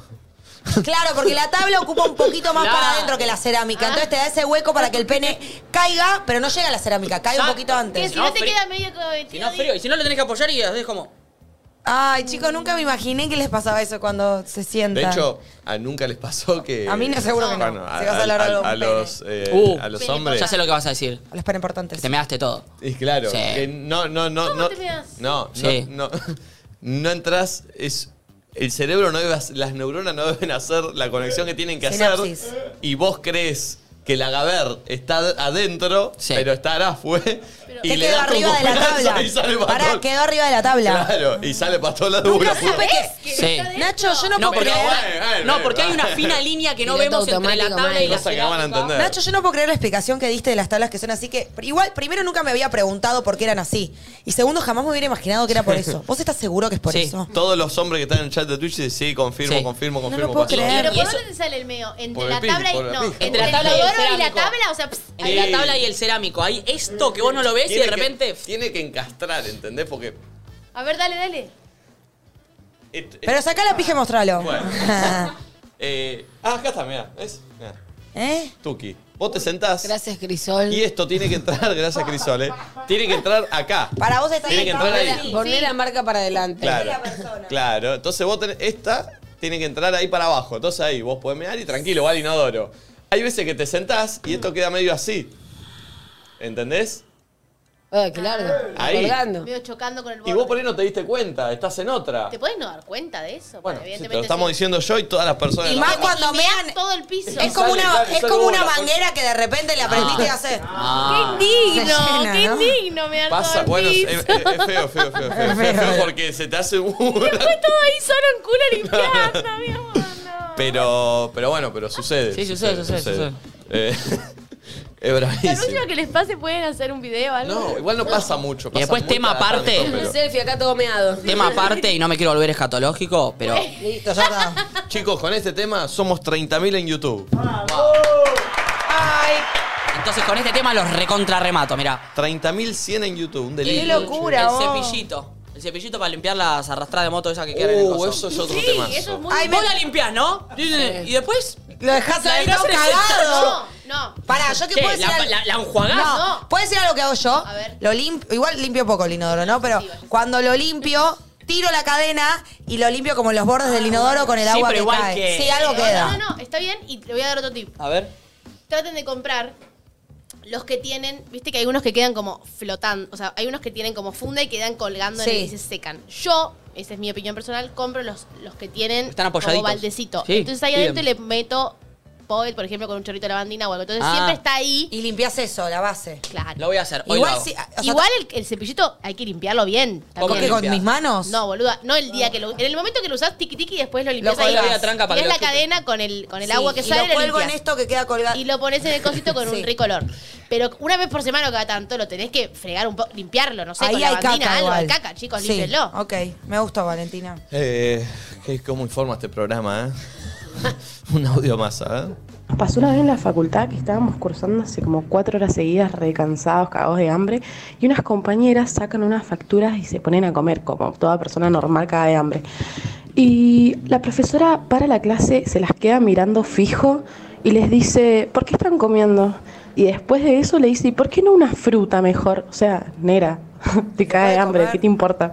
Claro, porque la tabla ocupa un poquito más
Claro.
para adentro que la cerámica.
Ah.
Entonces te da ese hueco para que el pene caiga, pero no llega a la cerámica, cae un
Exacto.
poquito
Que
antes.
si no,
No,
te
frío.
queda medio como
Si no, frío. Y si no, lo tenés que apoyar y haces como.
Ay, chicos, nunca me imaginé que les pasaba eso cuando se
De
sientan.
hecho, a nunca les pasó que.
A mí no, seguro que no.
Bueno, a,
Si vas a hablar
a-
de algún
a
pene.
los, eh,
Uh,
a los hombres.
Ya sé lo que vas a decir.
Los para importantes.
Te measte todo.
Y claro,
Sí.
que no, no, no. no,
te meas?
No,
Sí.
no, no. No entras. Es, el cerebro no debe hac- las neuronas no deben hacer la conexión que tienen que
Sinapsis.
hacer. Y vos crees que la Gaber está adentro, pero está Arafue.
Que quedó arriba de la tabla.
Y sale para
Pará,
todo-
quedó arriba de la tabla.
Claro, y sale para todos lados. una puta-
Sí.
Nacho, yo no,
No,
puedo
porque,
creer.
bueno,
no, porque hay
bueno.
una fina línea que no
Piloto
vemos entre la
automático,
tabla y la
Cosa que van a entender.
Nacho, yo no puedo creer la explicación que diste de las tablas que son así que. Igual, primero nunca me había preguntado por qué eran así. Y segundo, jamás me hubiera imaginado que era por eso. ¿Vos estás seguro que es por eso?
Todos los hombres que están en el chat de Twitch dicen, sí, confirmo, confirmo, confirmo.
puedo
pasó".
creer.
Pero
Y
¿por
eso-
dónde te sale el medio? ¿Entre
Por el
la
pis,
tabla y,
por la
no,
pija.
entre la tabla y,
el
la
cerámico.
tabla? O sea, pss,
Entre la tabla y el cerámico. Hay esto que vos no lo ves y
Tiene
de
que-
repente.
tiene que encastrar, ¿entendés? Porque.
a ver, dale, dale.
et- et-
Pero sacá la pija y mostralo.
Bueno. eh, ah, acá está, mirá. ¿Ves? Mirá.
¿Eh?
Tuki. Vos te sentás.
Gracias, Crisol.
Y esto tiene que entrar, gracias Crisol, ¿eh? Tiene que entrar acá.
Para vos está
Tiene que entrar ahí.
Poné la marca para adelante.
Claro. Claro. Entonces vos tenés. Esta tiene que entrar ahí para abajo. Entonces ahí vos podés mear y tranquilo, va al inodoro. Hay veces que te sentás y esto queda medio así. ¿Entendés?
Ay, claro.
Ahí.
Colgando.
Veo chocando con el
Y
borde.
vos por ahí no te diste cuenta, estás en otra.
¿Te podés no dar cuenta de eso?
Bueno,
Porque
sí, te
evidentemente
lo estamos
sí.
diciendo yo y todas las personas.
Y
de la
más
mesa.
cuando
Y meás
mean.
todo el piso.
Es como
Sale,
una,
sale,
es
sale Ah.
como
vos,
una
la cosa.
manguera que de repente le aprendiste y haces.
¡Qué indigno!
Se llena,
¡Qué
¿no?
indigno! Me
Ah. Pasa, bueno, es, es- es feo, feo, feo, feo, feo, feo, porque se te hace un...
Fue todo ahí solo en culo limpiando, mi amor.
Pero, pero bueno, pero sucede.
Sí, sucede, sucede,
Eh, es
La
bravísimo.
próxima que les pase pueden hacer un video o algo.
No, igual no pasa mucho.
Y después
pasa muy
tema
cada
aparte.
tanto, pero-
Un selfie acá todo meado.
Tema aparte, y no me quiero volver escatológico, pero.
Listo, ya está.
Chicos, con este tema somos 30.000 en YouTube.
Ay,
Entonces con este tema los recontrarremato, mirá.
30.100 en YouTube, un
qué
delito.
locura,
el
vos.
cepillito. El cepillito para limpiar las arrastradas de moto esas que quedan en el
Uh,
coso.
eso es otro
Sí,
tema.
eso es muy...
Ay,
Vos
me-
la limpiás, ¿no? Y después.
Lo dejás
La
ahí
dejás
todo
en el
cagado.
No, no.
Pará, yo que
¿Qué?
puedo decir.
¿La,
algo-
la, la enjuagás?
No, puede ser algo que hago yo.
A ver.
Lo limpio, igual limpio poco el inodoro, ¿no? Pero cuando lo limpio, tiro la cadena y lo limpio como los bordes
Ah,
del inodoro con el
Sí,
agua
pero
que
igual
cae.
que-
Sí, algo
No,
queda.
No, no, está bien y te voy a dar otro tip.
A ver.
Traten de comprar los que tienen, viste que hay unos que quedan como flotando, o sea, hay unos que tienen como funda y quedan colgando en
Sí.
el- y se secan. Yo, esa es mi opinión personal, compro los, los que tienen
Están
como
apoyaditos.
baldecito.
Sí,
Entonces ahí
bien.
adentro le meto Poet, por ejemplo, con un chorrito de lavandina o algo. Entonces
Ah.
siempre está ahí.
Y limpias eso, la base.
Claro.
Lo voy a hacer. Hoy
Igual
lo hago.
si- ah, o sea,
Igual el, el cepillito hay que limpiarlo bien.
¿Cómo
¿Con qué? ¿Con
limpias?
mis manos?
No, boluda, no el día que lo En el momento que lo usás, tiqui tiqui, y después lo limpias
Loco,
ahí.
la vida tranca para
Y es
que lo
la
chupe.
cadena con el, con el
Sí,
agua que
y
sale.
lo cuelgo en
limpias.
esto que queda colgado.
Y lo pones en el cosito con
Sí.
un rico olor. Pero una vez por semana o cada tanto lo tenés que fregar un poco, limpiarlo, no sé,
Ahí
con la
hay
bandina,
caca,
algo,
igual.
hay caca, chicos,
Sí, Ah.
límpienlo.
Ok, me gustó, Valentina.
Eh, qué- ¿Cómo informa este programa, eh? un audio más, ¿eh?
Nos pasó una vez en la facultad que estábamos cursando hace como cuatro horas seguidas, recansados, cagados de hambre, y unas compañeras sacan unas facturas y se ponen a comer, como toda persona normal caga de hambre. Y la profesora para la clase, se las queda mirando fijo y les dice, ¿por qué están comiendo? Y después de eso le dice, "¿Y por qué no una fruta mejor? O sea, nera, te cae de hambre, ¿qué te importa?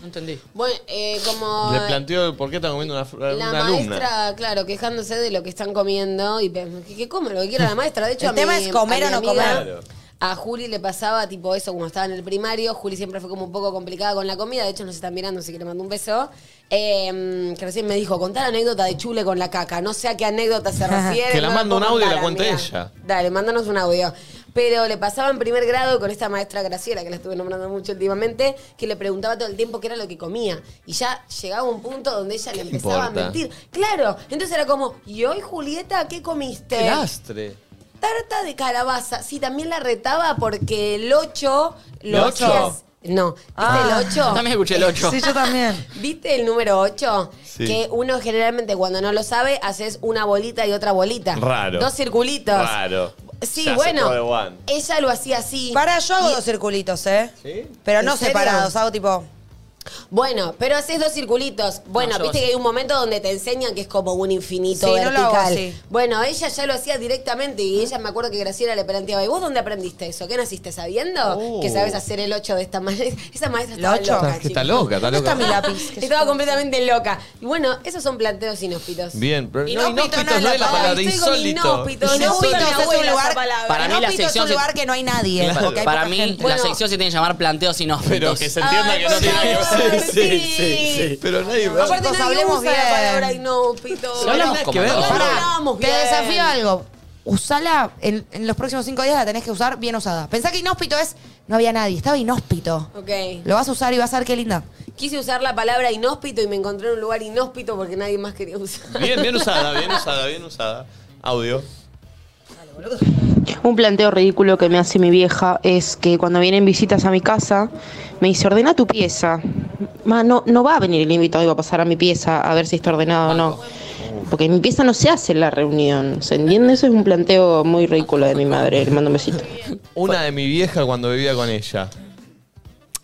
No entendí.
Bueno, eh, como
Le planteo el por qué está comiendo una, fr-
la
eh, una alumna.
maestra, claro, quejándose de lo que están comiendo y pe- que, que coman lo que quiera la maestra. De hecho,
El
a
tema
mi-
es comer
a
o
mi
no
amiga,
comer.
Claro.
A Juli le pasaba tipo eso cuando estaba en el primario. Juli siempre fue como un poco complicada con la comida. De hecho, nos están mirando, así que le mando un beso. Eh, que recién me dijo, contar anécdota de chule con la caca. No sé a qué anécdota se refiere.
Que la
no
manda un
puedo
audio y la
contar,
cuente
amiga.
ella.
Dale, mándanos un audio. Pero le pasaba en primer grado con esta maestra Graciela, que la estuve nombrando mucho últimamente, que le preguntaba todo el tiempo qué era lo que comía. Y ya llegaba un punto donde ella le empezaba
importa?
a mentir. Claro, entonces era como, ¿y hoy Julieta qué comiste?
Qué lastre.
Tarta de calabaza. Sí, también la retaba porque el 8
¿El
lo
ocho?
hacías- No, ¿viste
Ah.
el 8?
También escuché el 8.
Sí, yo también.
¿Viste el número 8?
Sí.
Que uno generalmente cuando no lo sabe, haces una bolita y otra bolita.
Raro.
Dos circulitos.
Raro.
Sí,
Se hace todo de
bueno.
one.
Ella lo hacía así.
Para, yo hago dos circulitos, ¿eh?
¿Sí?
Pero
¿En
no
serio?
separados, hago tipo.
Bueno, pero haces dos circulitos. Bueno,
No, yo
viste
así.
que hay un momento donde te enseñan que es como un infinito
Sí, no
vertical.
lo hago así.
Bueno, ella ya lo hacía directamente y ella me acuerdo que Graciela le planteaba, ¿y vos dónde aprendiste eso? ¿Qué naciste sabiendo?
Oh.
Que sabes hacer el 8 de esta manera. Esa maestra estaba
¿La ocho?
loca.
Está- que está
chicos.
loca, está loca.
mi lápiz? estaba completamente loca. Y bueno, esos son planteos inhóspitos.
Bien, pero no
Inhóspito
inhóspitos, no es la palabra,
Estoy con
insólito.
Inhóspito,
Inhóspito
inhóspito.
es un lugar,
Para mí la
Inhóspito
sección
es
se-
un lugar que no hay nadie.
Claro.
porque hay
Para
poca
mí,
gente. Ah,
la sección se tiene que llamar planteos inhóspitos. Pero
que se entienda que no tiene que ver. Sí, sí, sí. Pero nadie va.
Aparte
Chicos,
nadie
hablemos
usa la
bien.
palabra inhóspito.
Si hablamos
No,
como
no,
locos.
no
Pará,
hablábamos
Te
bien.
desafío algo. Usala en, en los próximos cinco días, la tenés que usar bien usada. Pensá que inhóspito es. No había nadie, estaba inhóspito.
Ok.
Lo vas a usar y vas a ver qué linda.
Quise usar la palabra inhóspito y me encontré en un lugar inhóspito porque nadie más quería usar.
Bien, bien usada, bien usada, bien usada. Audio.
Un planteo ridículo que me hace mi vieja es que cuando vienen visitas a mi casa, me dice, ordena tu pieza. Ma, no, no va a venir el invitado y va a pasar a mi pieza a ver si está ordenado o no. Porque en mi pieza no se hace la reunión. ¿Se entiende? Eso es un planteo muy ridículo de mi madre. Le mando un besito.
Una de mi vieja cuando vivía con ella.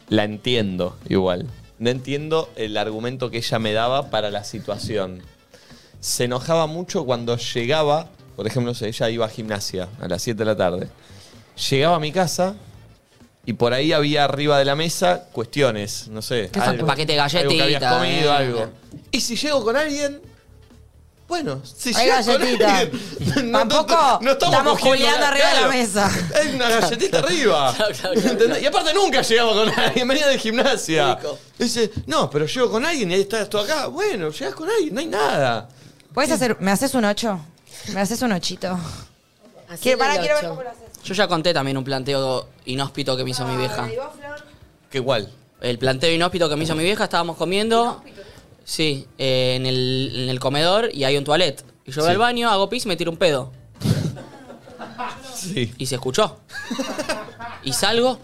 La entiendo igual. No entiendo el argumento que ella me daba para la situación. Se enojaba mucho cuando llegaba, por ejemplo, no sé, ella iba a gimnasia a las 7 de la tarde. Llegaba a mi casa y por ahí había arriba de la mesa cuestiones, no sé.
¿Qué saco? Paquete de
algo que habías
galletitas,
comido,
eh.
algo. Y si llego con alguien, bueno, si
Hay
llego con
galletita.
alguien,
Tampoco estamos
cogiendo
culeando
la-
arriba de la mesa.
Hay una galletita arriba. ¿Entendés? Y aparte nunca llegamos con alguien, venía de gimnasia. Dice, no, pero llego con alguien y ahí estás tú acá. Bueno, llegás con alguien, no hay nada.
¿Puedes hacer. ¿Me haces un ocho? ¿Me haces un ochito?
Así
Quiero, pará,
el
quiero ver
ocho.
cómo lo haces.
Yo ya conté también un planteo inhóspito que me hizo mi
Ah,
vieja.
¿Qué cuál?
El planteo inhóspito que me hizo mi vieja, estábamos comiendo. Sí, eh, en, el, en el comedor y hay un toilet. Y yo voy
Sí.
al baño, hago pis, me tiro un pedo.
Sí.
Y se escuchó. Y salgo.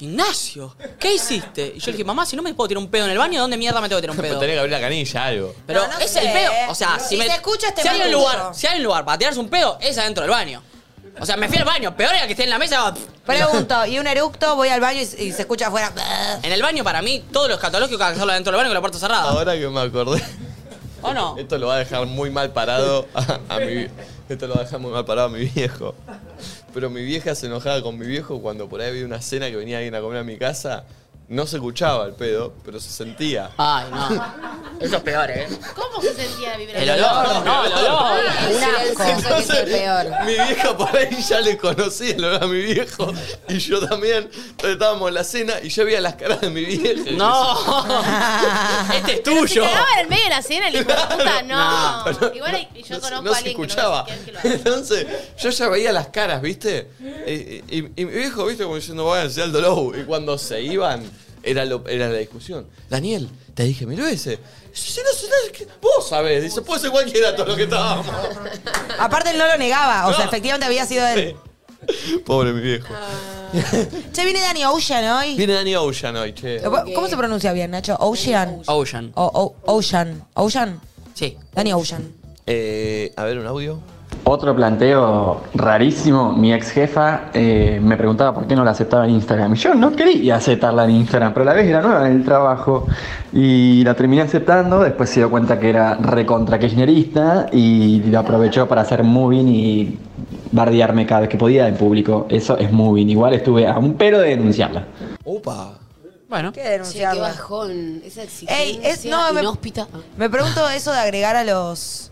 Ignacio, ¿qué hiciste? Y yo le dije, mamá, si no me puedo tirar un pedo en el baño, ¿dónde mierda me tengo que tirar un
Pero
pedo?
tenés que abrir la canilla, algo.
Pero
No, no
es
sé,
el pedo.
¿eh?
O sea,
No,
si,
si
me.
se escucha este
si hay un
matuto.
lugar, si hay un lugar para tirarse un pedo, es adentro del baño. O sea, me fui al baño. Peor era que esté en la mesa.
Pregunto, y un eructo, voy al baño y, y se escucha afuera.
En el baño, para mí, todo lo escatológico hay que hacerlo adentro del baño con la puerta cerrada.
Ahora que me acordé,
¿O no?
esto lo va a dejar muy mal parado a, a mi vie- Esto lo va a dejar muy mal parado a mi viejo. Pero mi vieja se enojaba con mi viejo cuando por ahí había una cena que venía alguien a comer a mi casa. No se escuchaba el pedo, pero se sentía.
Ay, no. Eso es peor, ¿eh?
¿Cómo se sentía la vibración?
El olor. No, el olor.
Un asco. Eso es el peor.
Mi vieja por ahí ya le conocía lo a mi viejo y yo también. Entonces estábamos en la cena y yo veía las caras de mi vieja.
No. este es
Pero Si
tuyo.
cagaba en el medio de la cena, el hijo de puta, no.
Ah, Pero no-
Igual hay- yo
no se-
conozco
no
a
se
alguien
escuchaba.
que no, que lo hace.
Entonces, yo ya veía las caras, ¿viste? Y, y- y mi viejo, ¿viste? Como diciendo, váyanse al dolor. Y cuando se iban, era, lo- era la discusión. Daniel, te dije mil veces. Si no, si no, que- vos sabés. Dice, puede ser cualquiera todo lo que estábamos.
Aparte, él no lo negaba. O sea,
No.
efectivamente había sido él.
Pobre mi viejo.
Ah.
Che, viene Dani Ocean hoy.
Viene Dani Ocean hoy, che.
¿Cómo se pronuncia bien, Nacho? Ocean.
Ocean.
O- o- Ocean. Ocean.
Sí.
Dani Ocean.
Eh, a ver, un audio.
Otro planteo rarísimo, mi ex jefa eh, me preguntaba por qué no la aceptaba en Instagram. Y Yo no quería aceptarla en Instagram, pero a la vez era nueva en el trabajo y la terminé aceptando, después se dio cuenta que era recontra kirchnerista y lo aprovechó para hacer moving y bardearme cada vez que podía en público. Eso es moving, igual estuve a un pelo de denunciarla.
Opa.
Bueno.
¿Qué
Che, qué
denunciaba?
bajón. Esa exigencia
Ey, es, no, me,
inhóspita.
me pregunto eso de agregar a los.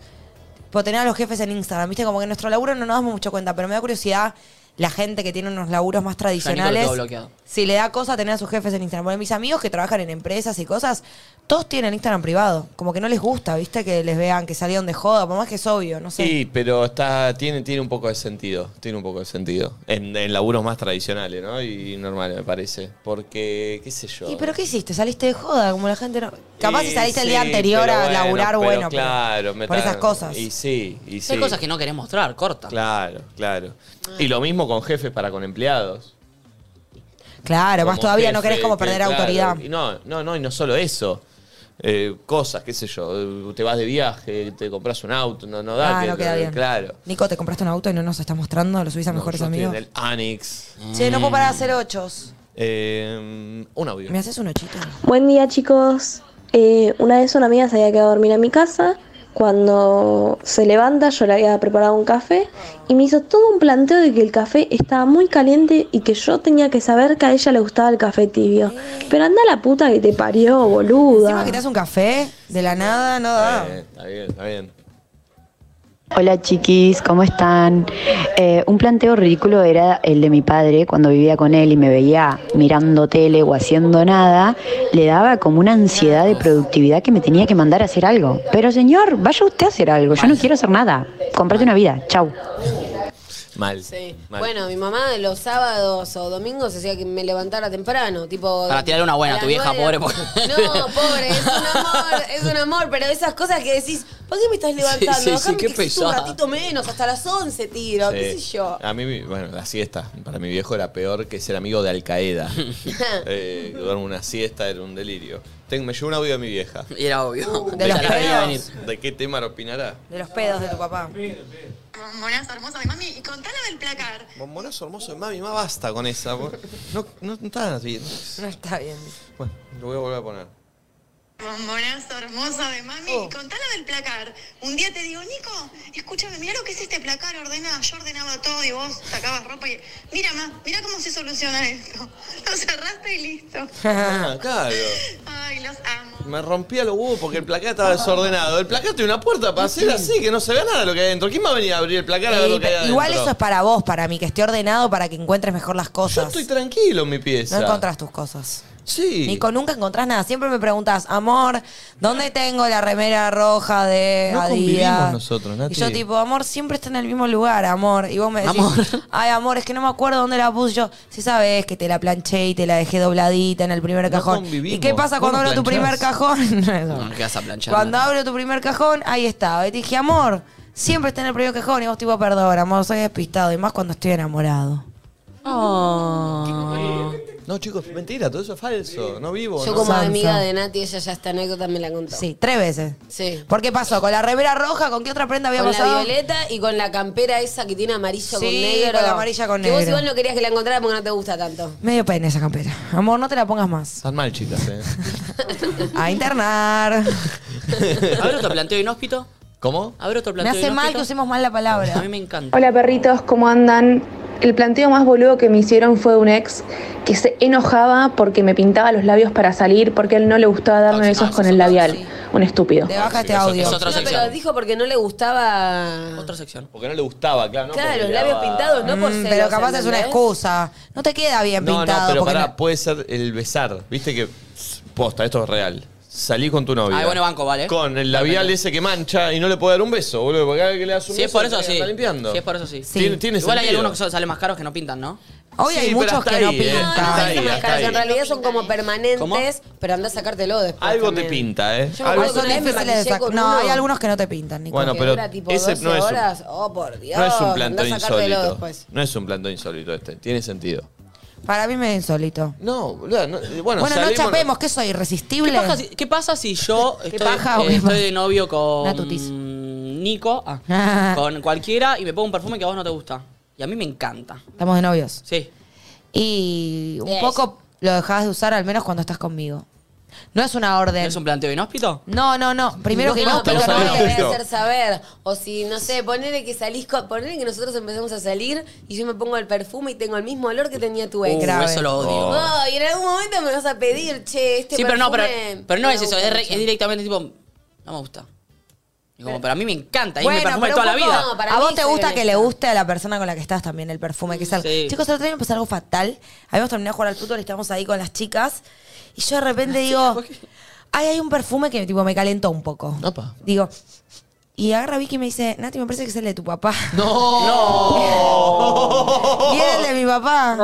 por tener a los jefes en Instagram. Viste, como que en nuestro laburo no nos damos mucha cuenta, pero me da curiosidad la gente que tiene unos laburos más tradicionales.
todo bloqueado.
Si le da cosa tener a sus jefes en Instagram. Porque mis amigos que trabajan en empresas y cosas, todos tienen Instagram privado. Como que no les gusta, viste, que les vean que salieron de joda. Por más que es obvio, no sé.
Sí, pero está, tiene, tiene un poco de sentido. Tiene un poco de sentido. En, en laburos más tradicionales, ¿no? Y normales, me parece. Porque, qué sé yo.
¿Y pero qué hiciste? ¿Saliste de joda? Como la gente no... Capaz
Y
si saliste el día
sí,
anterior
pero
a laburar,
pero
bueno, pero
claro, me
por
tra-
esas cosas.
Y sí, y sí.
Hay cosas que no Ah. querés mostrar, corta.
Claro, claro. Y lo mismo con jefes para con empleados.
Claro, más
Como
todavía no
jefe,
querés como
que,
perder
claro,
autoridad.
y no, no, no, y no solo eso. Eh, cosas, qué sé yo, eh, te vas de viaje, te compras un auto, no, no da.
Ah,
que-
no queda bien.
Claro.
Nico, te compraste un auto y no nos estás mostrando, lo subís a mejores
Yo estoy
amigos.
en el Mm. Anix.
Che, no puedo parar de hacer ochos.
Eh, un audio.
¿Me haces un ochito?
Buen día chicos. Eh, una vez una amiga se había quedado a dormir a mi casa. Cuando se levanta yo le había preparado un café y me hizo todo un planteo de que el café estaba muy caliente y que yo tenía que saber que a ella le gustaba el café tibio. Pero anda la puta que te parió,
Encima
boluda.
que te hace un café de la nada, no da.
Eh, Está bien, está bien.
Hola chiquis, ¿cómo están? Eh, un planteo ridículo era el de mi padre cuando vivía con él y me veía mirando tele o haciendo nada, le daba como una ansiedad de productividad que me tenía que mandar a hacer algo. Pero señor, vaya usted a hacer algo, yo no quiero hacer nada, comprate una vida, chau.
Mal. mal.
Bueno, mi mamá los sábados o domingos hacía que me levantara temprano, tipo...
Para tirarle una buena
a
a tu
las
vieja,
nueve de
pobre.
la- No, pobre, es un amor, es un amor, pero esas cosas que decís, ¿por qué me estás levantando?
sí, sí,
Déjame
qué
que exista un
pesada.
ratito menos, hasta las 11 tiro, qué sé
Sí.
yo.
A mí, bueno, la siesta. Para mi viejo era peor que ser amigo de Al Qaeda. eh, que duerme una siesta era un delirio. Tengo, me llegó un audio de mi vieja.
Y era
Uh,
obvio.
¿De,
los
qué,
pedos.
¿De qué tema opinará?
De los pedos de tu papá.
Bombonazo hermoso de mami. Y contala del placar.
Bombonazo hermoso de mami, más basta con esa. por- No, no, no está bien.
No está bien.
Bueno, lo voy a volver a poner.
Bombonazo hermoso de mami.
Oh.
Y contala del placar. Un día te digo, Nico, escúchame, mira lo que es este placar ordenado. Yo ordenaba todo y vos sacabas ropa y. Mira, ma, mira cómo se soluciona esto. Lo cerraste y listo.
Ah, claro.
Ay, los amo.
Me rompía los huevos porque el placar estaba desordenado. El placar tiene una puerta para hacer así, que no se vea nada de lo que hay adentro. ¿Quién va a venir a abrir el placar a ver
Ey,
lo que hay adentro?
igual eso es para vos, para mí, que esté ordenado para que encuentres mejor las
Yo
cosas.
estoy tranquilo en mi pieza.
No encontrás tus cosas.
Sí.
Nico, nunca encontrás nada. Siempre me preguntas, amor, ¿dónde tengo la remera roja de
No convivimos
Adidas?
nosotros,
Y
Nati.
yo tipo, amor, siempre está en el mismo lugar, amor. Y vos me decís, ay, amor, es que no me acuerdo dónde la puse yo. Si sabes que te la planché y te la dejé dobladita en el primer cajón.
convivimos.
¿Y qué pasa
Vos
cuando
no
abro tu primer
planchás.
cajón?
No, no quedas a planchar.
Cuando abro tu primer cajón, ahí estaba. Y te dije, amor, siempre está en el primer cajón. Y vos tipo, perdón, amor, soy despistado. Y más cuando estoy enamorado.
No, chicos, mentira, todo eso es falso. No vivo.
Yo
¿no?
como
Ah. Sansa.
amiga de Nati, ella ya esta anécdota me la contó.
Sí, tres veces.
Sí.
¿Por qué pasó? ¿Con la remera roja? ¿Con qué otra prenda había
Con
pasado?
la violeta y con la campera esa que tiene amarillo con
Sí,
negro.
con la amarilla con
Que vos
negro.
igual no querías que la encontrara porque no te gusta tanto.
Medio pene esa campera. Amor, no te la pongas más.
Están mal, chicas, eh.
A internar.
A ver otro planteo inhóspito.
¿Cómo?
A ver otro
Me
planteo
hace mal que
inhóspito.
usemos mal la palabra.
A mí me encanta.
Hola perritos, ¿cómo andan? El planteo más boludo que me hicieron fue de un ex que se enojaba porque me pintaba los labios para salir porque a él no le gustaba darme besos con el labial. Un estúpido.
Te baja este
eso-
audio.
es otra
no,
sección.
pero dijo porque no le gustaba.
Otra sección.
Porque no le gustaba, claro. No
Claro,
porque
los
le
labios
daba-
pintados, no por ¿eh?
Mm,
celos,
pero capaz es una
¿entendés?
excusa. No te queda bien
No,
pintado.
no, pero
porque
pará,
no-
puede ser el besar. Viste que. Posta, esto es real. Salí con tu novia.
Ah, bueno, banco, vale.
Con el labial ese que mancha y no le puedo dar un beso, boludo. Porque cada vez que le das un
Si es
beso,
por eso,
está-
sí.
Está limpiando.
Si es por eso, sí.
Sí. Tiene- tiene
Igual hay
sentido.
algunos que salen más caros que no pintan, ¿no?
Hoy
Sí,
hay
pero
muchos
hasta
que no
ahí, eh, hasta
pintan.
ahí,
Esas
hasta
caras
ahí.
en realidad son como permanentes,
¿Cómo?
pero andás a sacártelo después.
Algo
también.
te pinta, ¿eh?
Yo me
Algo
acuerdo
te
Una vez
Son
me
difíciles de
maquillé
sacar.
con
No,
uno.
hay algunos que no te pintan, Nico.
Bueno,
que
pero
dura tipo
ese
12
no es un-
horas. Oh, por Dios.
No es un
andá
plantón
a sacártelo
insólito.
después.
No es un plantón insólito este. Tiene sentido.
Para mí me es insólito.
No, boludo. no- eh, bueno,
Bueno, no
salimos-
chapemos, que soy
¿Qué
irresistible.
pasa, si, qué pasa si yo estoy,
paja o
eh,
qué
estoy
pasa?
de novio
Una
con
tutis.
Nico, ah, con cualquiera, y me pongo un perfume que a vos no te gusta? Y a mí me encanta.
Estamos de novios.
Sí.
Y un
Yes.
poco lo dejás de usar al menos cuando estás conmigo. No es una orden.
¿No es un planteo inhóspito?
No, no, no. Primero
No,
que
no,
no,
pero
pero
no
no.
le debes
Perfecto.
hacer saber. O si, no sé, ponele que salís, con- ponele que nosotros empecemos a salir y yo me pongo el perfume y tengo el mismo olor que tenía tu ex.
Uh, eso lo odio.
Oh, y en algún momento me vas a pedir, che, este
sí, pero no, pero,
perfume
pero no
me
es eso,
gusta
es, re-
mucho.
es directamente tipo, no me gusta. Y como, pero a mí me encanta, y me
Bueno,
perfume
pero
toda la
un poco-
vida.
No, para
a
mí
vos te
se
gusta
ve
que
eso.
le guste a la persona con la que estás también el perfume que salga.
sí.
Chicos, el otro día me pasó algo fatal. Habíamos terminado de jugar al fútbol, estábamos ahí con las chicas. Y yo de repente digo, ay, hay un perfume que tipo, me calentó un poco.
Opa.
Digo, y agarra Vicky y me dice, Nati, me parece que es el de tu papá.
¡No!
Y era el de mi papá.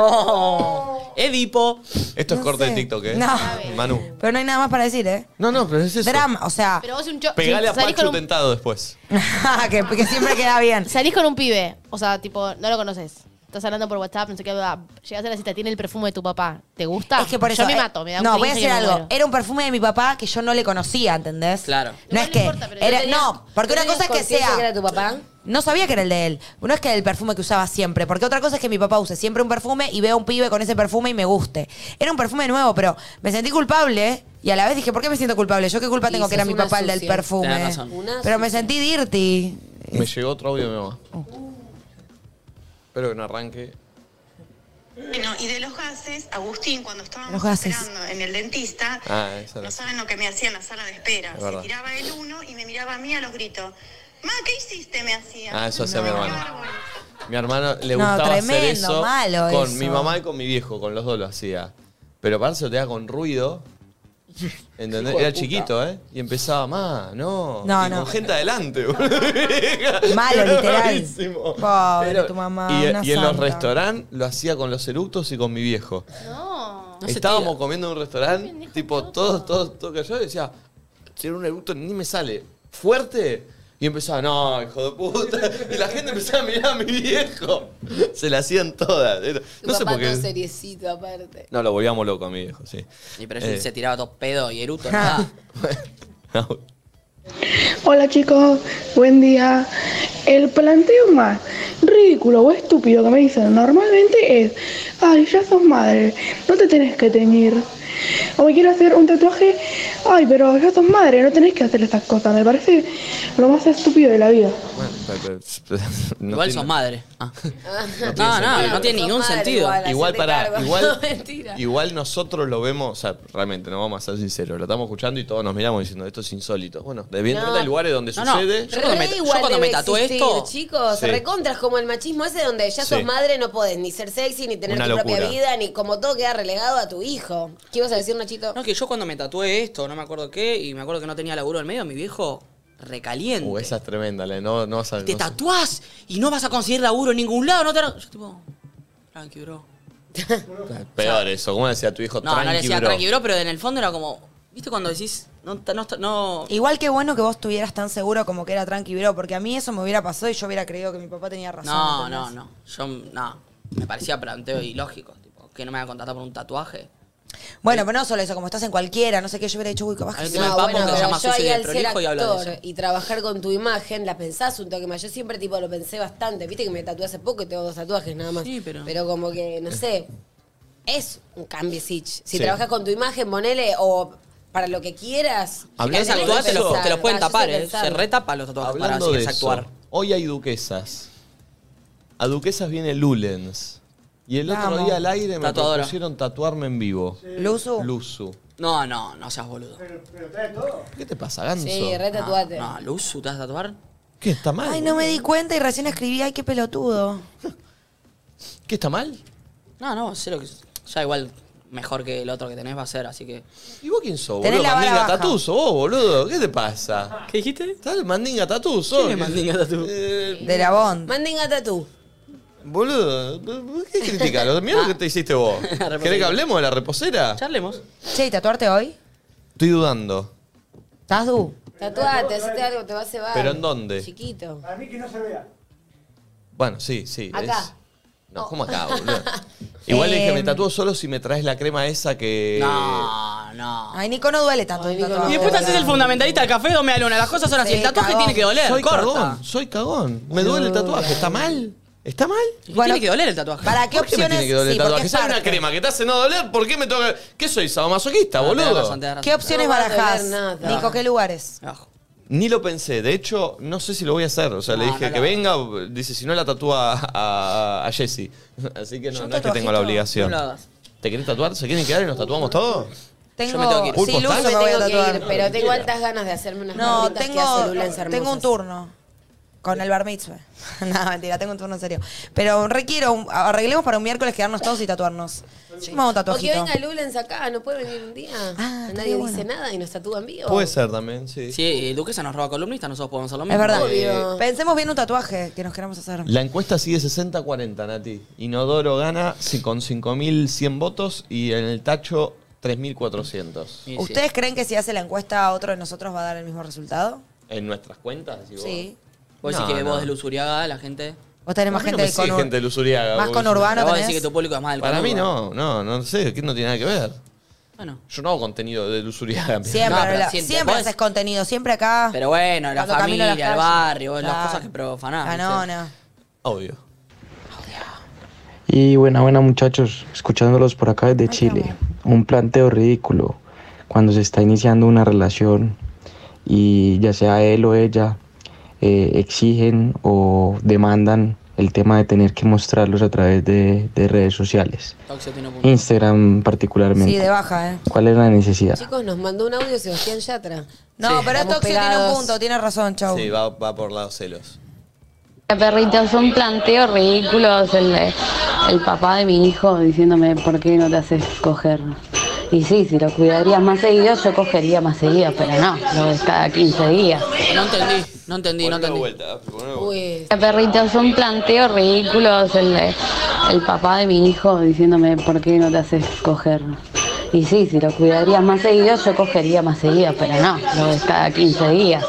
Edipo.
Esto es
No
corte
sé.
de TikTok, ¿eh?
No.
Manu.
Pero no hay nada más para decir, ¿eh?
No, no, pero es eso.
Drama, o sea,
Pero vos un cho-
Pegale a
si salís
Pachu
con un-
tentado después.
que, que siempre queda bien.
Salís con un pibe, o sea, tipo, no lo conoces. estás hablando por WhatsApp, no sé qué, bla, bla. llegas a la cita, tiene el perfume de tu papá, ¿te gusta?
Es que por eso.
Yo me
eh,
mato, me da
No,
cringe
voy a
y
decir
me
algo.
muero.
Era un perfume de mi papá que yo no le conocía, ¿entendés? Claro. No es que. era- Eh, no, porque una cosa es que sea.
era tu papá?
No sabía que era el de él. No es que era el perfume que usaba siempre. Porque otra cosa es que mi papá use siempre un perfume y vea a un pibe con ese perfume y me guste. Era un perfume nuevo, pero me sentí culpable y a la vez dije, ¿por qué me siento culpable? ¿Yo qué culpa
Y
tengo
sos
que era mi
una
papá el del
sucia.
perfume?
Tenés razón. Una
Pero me sentí dirty.
Me llegó otro audio de mi mamá. Espero que no arranque.
Bueno, y de los gases, Agustín, cuando estábamos
Los gases.
esperando en el dentista,
Ah, esa
no
era.
saben lo que me hacía en la sala de espera.
Es
Se
verdad.
tiraba el uno y me miraba a mí a los gritos. Ma, ¿qué hiciste? Me hacía.
Ah, eso hacía mi
No.
hermano. Mi hermano le
No,
gustaba hacer
tremendo,
eso
malo
con
eso.
mi mamá y con mi viejo, con los dos lo hacía. Pero aparte se lo tenía con ruido. ¿Entendés?
Hijo de
Era
puta.
chiquito, ¿eh? Y empezaba, más, no.
No,
y
no.
Con gente adelante,
Malo,
Era
literal.
malísimo.
Pobre
Pero-
tu mamá.
Y,
una
y en los
santa.
restaurantes lo hacía con los eructos y con mi viejo. Estábamos comiendo en un restaurante, tipo, todos, todos, todos callados, y decía, tiene un eructo, ni me sale. Fuerte. Y empezaba, no, hijo de puta. Y la gente empezaba a mirar a mi viejo. Se la hacían todas. Era-
Tu
No sé
papá
por
todo
qué.
seriecito, aparte.
No, lo volvíamos loco a mi viejo, sí.
Y pero
eh,
él se tiraba dos pedos y eruto, nada.
Hola chicos, buen día. El planteo más ridículo o estúpido que me dicen normalmente es, ay, ya sos madre, no te tenés que teñir. O me quiero hacer un tatuaje, ay, pero ya sos madre, no tenés que hacer estas cosas. Me parece lo más estúpido de la vida.
Igual sos madre. Ah.
No
No,
tiene
no, no, tiene ningún
sentido.
sentido.
eh.
Igual para, igual,
mentira.
igual nosotros lo vemos, o sea, realmente, no vamos a ser sinceros, lo estamos escuchando y todos nos miramos diciendo, esto es insólito. Bueno, evidentemente hay lugares donde
No, no.
sucede.
Yo cuando me-
Re
yo
igual
cuando me
debe
tatué
existir,
esto-
chicos,
Sí.
recontras como el machismo ese donde ya sos
Sí.
madre, no podés ni ser sexy, ni tener
Una
tu propia
locura.
vida, ni como todo queda relegado a tu hijo. ¿Qué ibas a decir, Nachito?
No, que yo cuando me tatué esto, no me acuerdo qué, y me acuerdo que no tenía laburo en medio, mi viejo recaliente.
Uh, esa es tremenda, la de no, no vas a-
te
no sé.
tatuás y no vas a conseguir laburo en ningún lado, no te... Yo tipo, tranqui, bro.
Peor eso, ¿cómo le decía a tu hijo?
No, no le decía
bro"?
tranqui, bro, pero en el fondo era como... ¿Viste cuando decís? No, ta- no, ta- no...
Igual que bueno que vos estuvieras tan seguro como que era tranqui, bro, porque a mí eso me hubiera pasado y yo hubiera creído que mi papá tenía razón.
No,
¿entendés?
no, no. Yo, no. Me parecía planteo ilógico. Tipo, que no me hagan contratar por un tatuaje.
Bueno, pero no solo eso, como estás en cualquiera, no sé qué, yo hubiera dicho, uy, capaz que
Ahí
sí.
tiene el papo que se
pero
llama
yo
sucio
ahí
y de
al ser
prolijo y habla de
actor
eso.
y trabajar con tu imagen, la pensás un toque más. Yo siempre tipo lo pensé bastante. Viste que me tatué hace poco y tengo dos tatuajes nada más. pero... como que, no sé, es un cambio Si
Eh. Sí.
trabajas con tu imagen, ponele o para lo que quieras.
Si querés
Tenés que
actuar, te lo,
pensar,
te lo pueden
ta, yo
tapar,
sé
¿eh?
pensar.
Se retapa los tatuajes
Hablando
para
de
si
eso,
querés actuar.
hoy hay duquesas. A duquesas viene Lulens. Y el
La
otro
amo.
día al aire me
Tatuadora.
propusieron tatuarme en vivo.
¿Luzu?
Luzu.
No, no, no seas boludo.
¿Qué te pasa, Ganso?
Sí, re tatuate.
No, no, Luzu, ¿te vas a tatuar?
¿Qué está mal?
Ay, no me di cuenta y recién escribí, ay, qué pelotudo.
¿Qué está mal?
No, no, sé lo que. Ya igual mejor que el otro que tenés va a ser, así que.
¿Y vos quién sos,
Tenés
boludo?
la vara
Mandinga
baja.
Tatuso, vos, boludo. ¿Qué te pasa?
¿Qué dijiste?
Estás mandinga Eh, tatuso.
¿Quién es Mandinga Tatú?
De la Bond.
Mandinga Tatú.
Boludo, ¿por ¿qué critica? Mira lo que te hiciste vos. ¿Querés que hablemos de la reposera?
Charlemos.
Che, ¿y tatuarte hoy?
Estoy dudando.
¿Estás du?
Tatuate, hacete algo, te va a cebar.
¿Pero en dónde?
Chiquito.
Para mí que no se vea.
Bueno, sí, sí.
Acá.
es- No, ¿cómo acá, boludo? Igual le dije,
Em.
me tatúo solo si me traes la crema esa que.
No, no.
Ay, Nico, Ah, no duele tanto. un tatuaje.
Y después te haces el fundamentalista del café, dos luna. Las cosas son así.
Sí,
el tatuaje
cagón.
tiene que doler,
Soy
corta.
cagón, soy cagón. Me duele el tatuaje. ¿Está mal? ¿Está mal?
tiene que doler el tatuaje.
¿Para qué
¿Por qué me
opciones?
tiene que
sí,
doler el
porque
tatuaje?
es
¿Sale una
arte.
crema que te hace no doler? ¿Por qué me toca.? ¿Qué soy? ¿Sadomasoquista, boludo?
¿Qué opciones
No va a doler
barajás?
nada.
Nico, ¿qué lugares?
Ni lo pensé. De hecho, no sé si lo voy a hacer. O sea, le
No,
dije
no lo
que
hagas.
venga. Dice, si no la tatúa a, a, a Jessy. Así que no, no es que tengo la obligación. ¿Te querés tatuar? ¿Se quieren quedar y nos tatuamos todos?
Tengo,
me tengo que ir.
sí,
Pulpo,
Luzu
¿estás?
me voy a
Tengo que
tatuar.
ir, pero tengo altas ganas de hacerme unas
No,
gorritas que hace Lula en
tengo,
Hermosas.
tengo un turno. Con el bar mitzvah. no, mentira, tengo un turno en serio. Pero requiero, un- arreglemos para un miércoles quedarnos todos y tatuarnos. Yo me hago un
O que
tatuajito.
venga Lulens acá, no puede venir un día. Nadie dice nada y nos tatúan vivo.
ser también, sí.
Sí, y Duquesa nos roba columnista, nosotros podemos hacer lo
Es
mismo.
verdad.
Eh,
Pensemos bien un tatuaje que nos queramos hacer.
La encuesta sigue 60-40, Nati. Inodoro gana si- con 5.100 votos y en el tacho 3.400.
¿Ustedes creen que si hace la encuesta a otro de nosotros va a dar el mismo resultado?
¿En nuestras cuentas? decís vos?
Sí.
Vos decís
No,
que
no.
vos de Luzuriaga, la gente.
Vos tenés más
A mí no
gente
me sigue
con
gente de Luzuriaga.
más
vos.
conurbano
Pero vos
Ah, tenés.
decís que tu
público es más del
Para mí no,
conurbano.
no, no sé, que no tiene nada que ver.
Bueno.
Yo no hago contenido de Luzuriaga.
Siempre,
No, pero
habla-
siempre,
siempre
vos-
haces contenido, siempre acá.
Pero bueno, la
Cuando camino a
familia,
las
el
calles.
barrio,
Claro.
las cosas que profanás.
Ah, no, no.
Obvio.
Y buena, buena muchachos, escuchándolos por acá desde Chile. Un planteo ridículo cuando se está iniciando una relación y ya sea él o ella eh, exigen o demandan el tema de tener que mostrarlos a través de, de redes sociales. Instagram particularmente.
Sí, de baja, ¿eh?
¿Cuál es la necesidad?
Chicos, nos mandó un audio Sebastián Yatra.
No, pero
Estamos
Toxio tiene un
pegados.
punto, tiene razón, chau.
Sí, va, va por lados celos.
La perrita, son planteos ridículos. El, el papá de mi hijo diciéndome, ¿por qué no te haces coger? Y sí, si lo cuidarías más seguido, yo cogería más seguido, pero no, lo ves cada 15 días.
No entendí, no entendí, no entendí.
La perrita, son planteos ridículos. El, el papá de mi hijo diciéndome, ¿por qué no te haces coger? Y sí, si lo cuidarías más seguido, yo cogería más seguido, pero no, lo ves cada 15 días.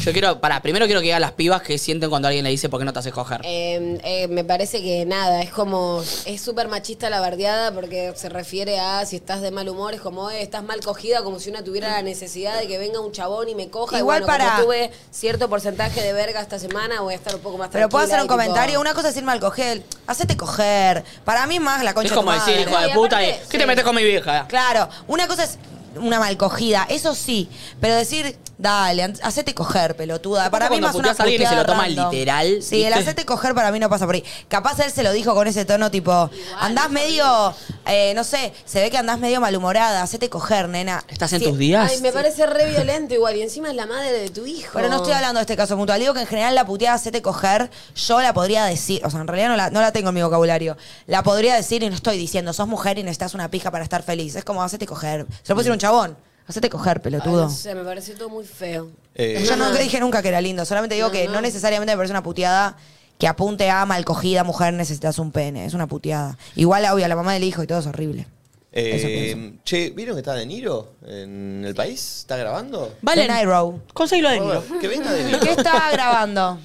Yo quiero, para, primero quiero que digan las pibas que sienten cuando alguien le dice por qué no te haces coger.
Eh, eh, me parece que nada, es como, es súper machista la bardeada porque se refiere a si estás de mal humor, es como, eh, estás mal cogida, como si una tuviera la necesidad de que venga un chabón y me coja.
Igual
y bueno, como
para-
tuve cierto porcentaje de verga esta semana, voy a estar un poco más
Pero puedo
tranquila
hacer un
y tipo-
comentario. Una cosa es irme al cogel. Hacete coger. Para mí más la concha
es como
de tu
decir,
madre.
hijo de puta, y, ¿qué te metes con mi vieja?
Claro, una cosa es una mal cogida, eso sí. Pero decir, dale, an- hacete coger, pelotuda. Para mí
cuando
más una
puteás a alguien y se lo
puteada
toma
random.
literal,
Sí, el
¿viste?
hacete coger para mí no pasa por ahí. Capaz él se lo dijo con ese tono tipo, andás medio, eh, no sé, se ve que andás medio malhumorada, hacete coger, nena.
Estás en tus días.
Ay, me parece re violento igual, y encima es la madre de tu hijo.
Pero no estoy hablando de este caso puntual. Digo que en general la puteada hacete coger, yo la podría decir. O sea, en realidad no la, no la tengo en mi vocabulario. La podría decir y no estoy diciendo, sos mujer y necesitas una pija para estar feliz. Es como, hacete coger. Se lo puede decir a un chabón. Hacete coger,
Ay,
pelotudo.
no sé, me pareció todo muy feo.
Eh,
Yo no dije nunca que era lindo. Solamente digo
No,
que
no.
no. necesariamente me parece una puteada que apunte a mal cogida, mujer, necesitas un pene. Es una puteada. Igual, obvio, la mamá del hijo y todo es horrible.
Eh, che, ¿vieron que está De Niro en el país? ¿Está grabando?
Vale. Nairo.
Conseguilo
de Niro. Que venga De Niro.
¿Qué está grabando?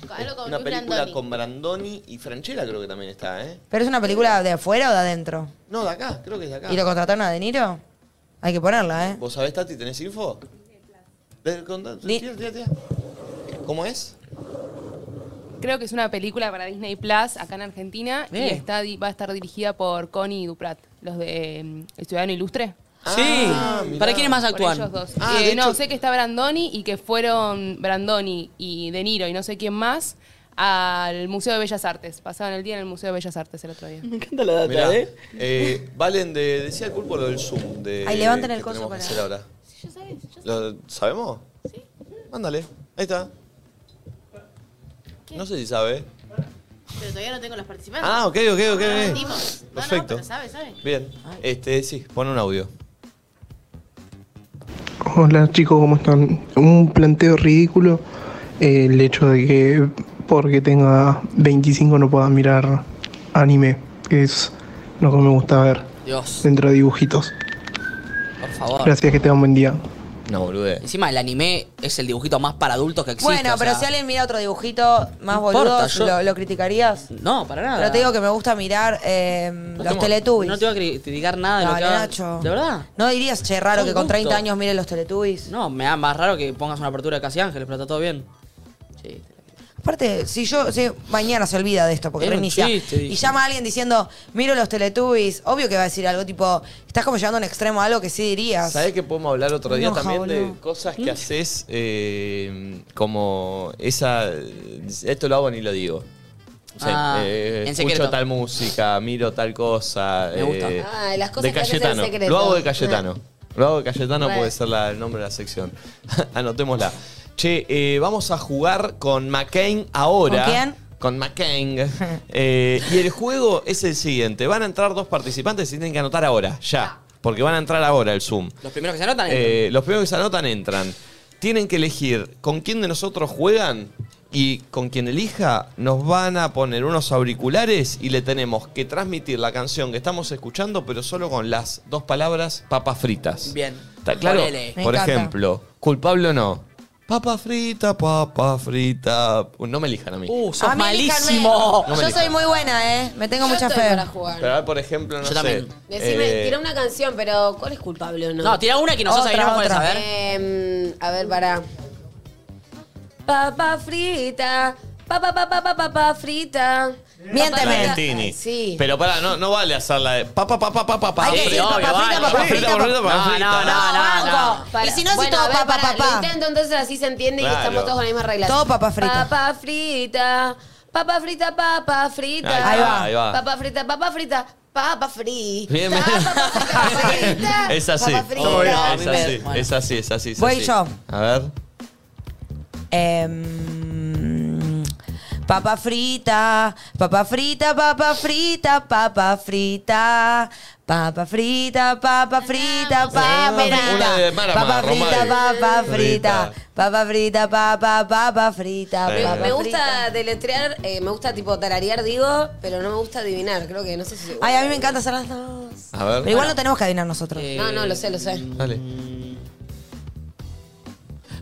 Una película con Brandoni y Franchella creo que también está, ¿eh?
¿Pero es una película de afuera o de adentro?
No, de acá, creo que es de acá.
¿Y lo contrataron a De Niro? Hay que ponerla, ¿eh?
¿Vos sabés, Tati, tenés info? De- con- tira, tira, tira. ¿Cómo es?
Creo que es una película para Disney Plus acá en Argentina y
Eh.
está, di- va a estar dirigida por Connie Duprat, los de eh, El Ciudadano Ilustre.
Sí.
Ah,
mirá. ¿Para quiénes más
Por
actúan?
ellos dos.
Ah,
Eh,
de
no,
hecho-
sé que está Brandoni y que fueron Brandoni y De Niro y no sé quién más al Museo de Bellas Artes. Pasaban el día en el Museo de Bellas Artes el otro día. Me encanta la
Mirá, eh, Valen de- decía el pulpo lo del Zoom. De,
Ay, levanten el
que
coso
tenemos que
para-
hacer ahora. ¿Lo sabemos? Sí. Mándale, ahí está. No sé si sabe.
Pero todavía no tengo los participantes.
Ah, ok, ok, ok.
No,
ok.
mentimos. No, no,
Perfecto.
pero sabe, sabe.
Bien, este, sí, pon un audio.
Hola chicos, ¿cómo están? Un planteo ridículo eh, el hecho de que porque tenga 25 no pueda mirar anime, que es lo que me gusta ver
Dios.
dentro de dibujitos.
Por favor.
Gracias, que tengan buen día.
No, bolude.
Encima el anime es el dibujito más para adultos que existe.
bueno,
o
pero
sea,
si alguien mira otro dibujito más
No
boludo,
importa, yo-
¿lo, lo criticarías?
No, para nada.
Pero te digo que me gusta mirar eh, los
tengo-
Teletubbies.
No te voy a criticar nada de
Dale,
lo que haga-
Nacho.
¿De verdad?
No dirías, che, raro
Son
que con 30
gustos.
años mire los Teletubbies.
No, me da más raro que pongas una apertura de Casi Ángeles, pero está todo bien. Sí.
Aparte, si yo si mañana se olvida de esto porque
Era un
reinicia
chiste,
y
dije.
llama a alguien diciendo, miro los Teletubbies, obvio que va a decir algo tipo, estás como llevando a un extremo a algo que sí dirías.
¿Sabés que podemos hablar otro día
Enoja,
también de
boludo.
cosas que haces eh, como esa. Esto lo hago ni lo digo. O sea,
Ah,
eh,
en
escucho
secreto.
tal música, miro tal cosa.
Me gusta.
eh,
Ah, las cosas
de
que haces en
Cayetano.
secreto.
Lo hago de Cayetano. Lo hago de Cayetano
Re.
puede ser la- el nombre de la sección. Anotémosla. Che, eh, vamos a jugar con McCain ahora.
¿Con quién?
Con McCain. Eh, y el juego es el siguiente. Van a entrar dos participantes y tienen que anotar ahora, ya. Porque van a entrar ahora el Zoom.
Los primeros que se anotan.
Eh, los primeros que se anotan entran. Tienen que elegir con quién de nosotros juegan y con quien elija nos van a poner unos auriculares y le tenemos que transmitir la canción que estamos escuchando, pero solo con las dos palabras papas fritas.
Bien.
¿Está claro?
Ponele. Me
Por
encanta.
ejemplo, culpable o no. Papa frita, papa frita. Uh, No me elijan a mí.
Uh, sos
A mí elíjanme.
malísimo.
No me
Yo
elijan.
soy muy buena, ¿eh? Me tengo
Yo
mucha
estoy
fe.
para jugar.
Pero a ver, por ejemplo, no sé.
Decime,
eh,
tira una canción, pero ¿cuál es culpable o no?
No, tira una que nosotros
Otra,
adivinamos cuál
otra.
es, a ver.
Em, a ver, para. Papa frita. Papa, papa, papa, papa frita. Papa
Valentini.
frita. Sí.
Pero pará, no, no vale hacerla de. Pa, pa, pa, pa, pa, pa, pa.
Hay que decir
pa, pa, frita,
pa,
pa, frita,
pa, frita,
pa-
pa,
No,
frita.
no, no, no, no.
Para-
Y si no, si
Bueno,
todo
a ver,
pa, pa,
pará,
pa, pa.
Lo intento, entonces así se entiende y
Claro.
estamos todos con las mismas reglas.
Todo papa frita.
Papa frita. Papa frita, papa frita.
Ahí va, ahí va.
Papa frita, papa frita. Papa frita.
Bien, me- es así.
Papa frita.
Obvio,
No,
es,
a mí me-
así es así, es así, es
Voy
así.
yo.
A ver.
Em, papa frita, papa frita, papa frita, papa frita. Papa frita, papa frita, papa
Una- una de
frita.
Marama,
Papa frita,
Romay.
papa frita. Papa frita, papa, papa frita.
Me-
papa
Me
frita.
gusta deletrear, eh, me gusta tipo tararear, digo, pero no me gusta adivinar. Creo que no sé si.
Ay, a mí me encanta hacer las dos.
A ver.
Pero igual no tenemos que adivinar nosotros.
No, no, lo sé, lo sé.
Dale.
Mm.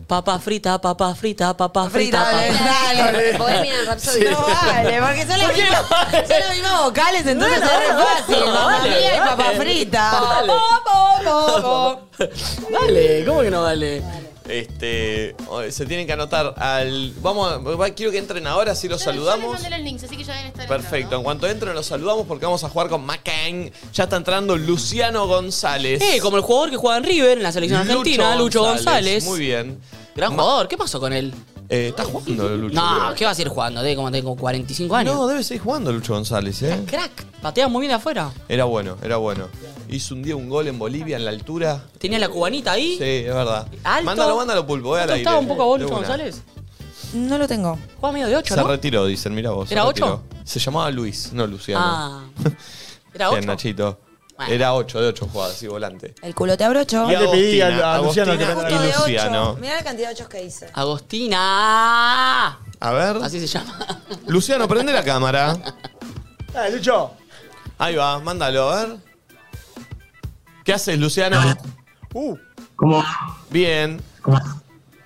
Papa frita, papa frita, papa frita.
Dale,
papa-
dale. Dale.
Bohemian Rhapsody.
No vale, porque son las
¿Por qué
mismas, son las mismas vocales, entonces
Bueno,
es re
bueno,
fácil.
bueno,
Mamá
dale,
mía y
dale.
papá frita.
Dale.
Bo, bo, bo, bo.
Dale, ¿cómo que no vale?
Este, oh, se tienen que anotar al. Vamos, a- va- quiero que entren ahora, así los
Yo- Yo les
saludamos.
mandé los links, así que ya deben estar
Perfecto, en cuanto entren los saludamos porque vamos a jugar con Macan. Ya está entrando Luciano González.
Eh, como el jugador que juega en River, en la selección
Lucho
argentina, Lucho González.
Muy bien. Eh,
Gran jugador, ¿qué pasó con él?
está jugando Lucho.
No, ¿qué va a seguir jugando? Debe como tengo 45 años.
No, debe seguir jugando Lucho González, ¿eh?
Crack, patea muy bien de afuera.
Era bueno, era bueno. Hizo un día un gol en Bolivia, en la altura.
Tenía la cubanita ahí.
Sí, es verdad.
Alto.
Mándalo, mándalo pulpo, voy al
¿No
aire.
estaba un poco a vos,
De
Lucho
una.
González?
No lo tengo.
Juega medio de 8,
Se
¿no?
retiró, dicen, mira vos. se
¿Era
retiró.
ocho?
Se llamaba Luis, no Luciano.
Ah. ¿Era
Bien,
8?
Nachito.
Bueno.
Era 8, de 8 jugadas, sí, volante.
El culo te abrocho.
Y
Yo
Agostina,
Luciano
Agostina
que
y
de ocho.
Luciano.
Mirá la cantidad de ochos que hice.
Agostina.
A ver.
Así se llama.
Luciano, prende la cámara.
Dale, Lucho.
Ahí va, mándalo, a ver. ¿Qué haces, Luciano?
Uh,
¿Cómo? Bien.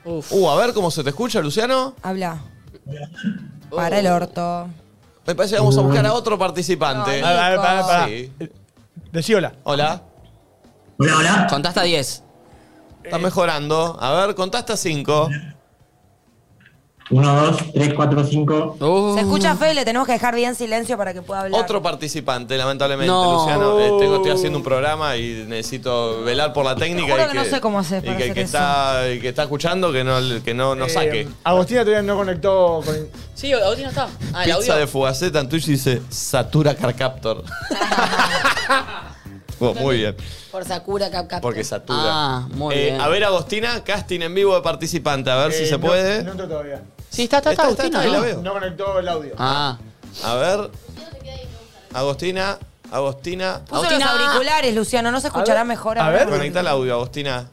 Uh, a ver cómo se te escucha, Luciano.
Habla. Para el orto.
Me parece que vamos a buscar a otro participante.
No, A ver, pará, pará.
Sí.
decí hola.
Hola.
Hola, hola. Contá hasta 10.
Está mejorando. A ver, contaste a 5.
1, 2, 3, 4, 5.
Uh.
Uh.
Se escucha feo y le tenemos que dejar bien silencio para que pueda hablar.
Otro participante, lamentablemente,
No.
Luciano. Eh, tengo- estoy haciendo un programa y necesito velar por la técnica.
juro
y
que no sé cómo hacer
y
para
que,
hacer
que
eso.
está, y que está escuchando que no, que no, no
Eh,
saque.
Agostina todavía no conectó con.
Sí, Agostina está. Ah, el
Pizza
audio.
de Fugaceta en Twitch dice Satura Carcaptor. Oh, muy bien,
Por Sakura Cap Cap.
porque satura. Eh,
Ah, muy bien.
A ver, Agostina, casting en vivo de participante, a ver si
Eh,
se
no-
puede.
No entró todavía.
Sí, está, está, está,
Está,
Agostina.
está, está, ahí la
¿no?
veo.
No conectó el audio.
Ah.
A ver. Agostina, Agostina.
Puso los auriculares, Luciano. No se escuchará mejor
a
ahora.
ver.
Conecta el audio, Agostina.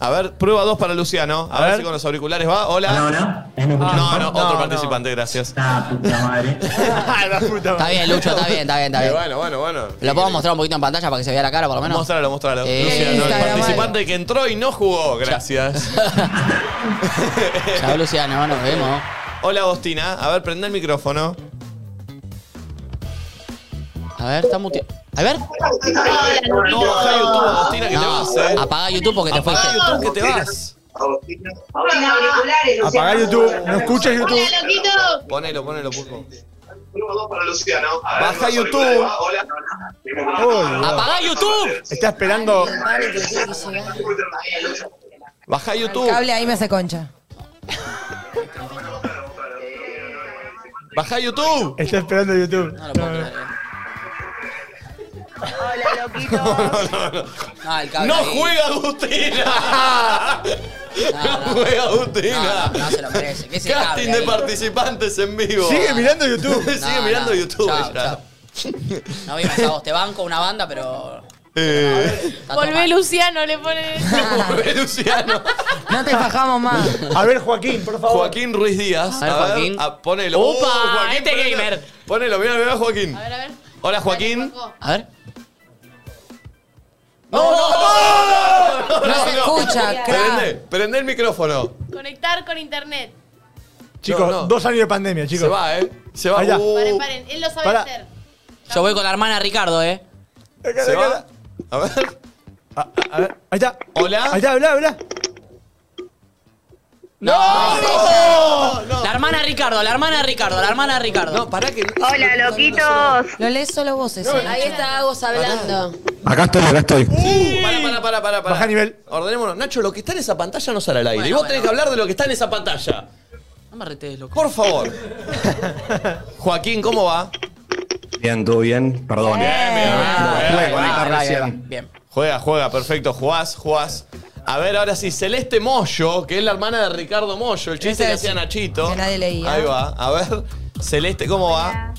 A ver, prueba dos para Luciano. A, ver. si con los auriculares va. Hola. No, no,
Ah,
Ah,
no,
otro
no.
participante, gracias.
la puta
Está bien, Lucho, está bien, está bien, está
Eh,
bien.
bueno, bueno, bueno.
¿Lo podemos mostrar un poquito en pantalla para que se vea la cara, por lo menos?
Mostralo, mostralo.
Eh,
Luciano, el
Instagram,
participante que entró y no jugó. Gracias.
Chao, Luciano, nos vemos.
Hola, Agostina. A ver, prende el micrófono.
A ver, está muteado. A ver.
No, baja YouTube, Agostina, que te
No,
vas, eh.
apaga YouTube porque te
Apaga
fuiste.
YouTube, que te vas.
Apagá YouTube, no escuches YouTube.
Ponelo, ponelo, pulpo.
para Luciano.
Baja YouTube.
¡Apaga YouTube!
Está esperando.
Baja
El
YouTube.
cable ahí me hace concha.
Baja YouTube.
Está esperando YouTube.
Ah, el cable
No
ahí.
juega Agustina. No juega Agustina.
No, no, no se lo merece. ¿Qué es el cable
Casting de
ahí?
participantes en vivo.
Sigue mirando YouTube.
Sigue
No,
mirando
no.
YouTube.
Chao,
ella.
chao. No vi más a vos, te banco una banda, pero.
Eh,
está todo
Volvé
mal.
Luciano, le pone.
Luciano.
No te fajamos más.
A ver, Joaquín, por favor.
Joaquín Ruiz Díaz.
A ver,
A ver,
Joaquín.
a- ponelo. Uh,
Upa,
Joaquín,
este
ponelo.
gamer.
Ponelo, mira, mira, Joaquín.
A ver, a ver.
Hola, Joaquín.
Dale, Juanjo.
A ver.
No se escucha, crack.
Prende, prende el micrófono.
Conectar con internet.
Chicos, dos años de pandemia, chicos.
Se va, ¿eh? Se va.
Allá.
Paren, paren, él lo sabe
Pará.
hacer.
Yo voy con la hermana Ricardo, ¿eh?
Se va. A ver.
Ahí está.
Hola.
Ahí está, habla, habla.
¡No!
no,
La hermana Ricardo, la hermana Ricardo, la hermana Ricardo. No,
pará que.
Hola, loquitos.
Lo lees solo vos, ese.
Ahí está Agos hablando.
Acá estoy, acá estoy.
Uh.
Para, para, para, para. Baja nivel. Ordenémonos. Nacho, lo que está en esa pantalla no sale al aire.
Bueno,
y vos
bueno.
tenés que hablar de lo que está en esa pantalla.
No me retes, loco.
Por favor. Joaquín, ¿cómo va?
Bien, todo bien. Perdón.
Ah,
Ah,
Juega,
Ahora
Juega, juega, perfecto. Jugás, jugás. A ver, ahora sí, Celeste Moyo, que es la hermana de Ricardo Moyo, el chiste
Ese
que
es,
hacía Nachito.
que nadie
¿eh?
leía.
Ahí va. A ver, Celeste, ¿cómo va?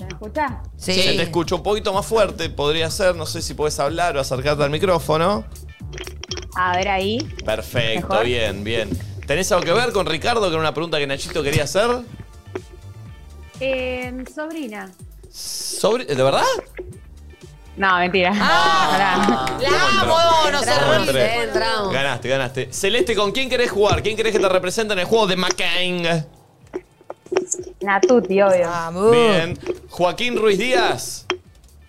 ¿Me escuchás?
Se
Eh.
te escuchó un poquito más fuerte, podría ser. No sé si podés hablar o acercarte al micrófono.
A ver ahí.
Perfecto,
Mejor.
bien, bien. ¿Tenés algo que ver con Ricardo, que era una pregunta que Nachito quería hacer?
Eh, sobrina. Ah.
¿Sobre, ¿De verdad?
No, mentira. Ah,
La
amo, no se
ríe, entramos.
Ganaste, ganaste. Celeste, ¿con quién querés jugar? ¿Quién querés que te represente en el juego de McCain?
Natuti, obvio.
Ah,
Uh.
Bien. Joaquín Ruiz Díaz.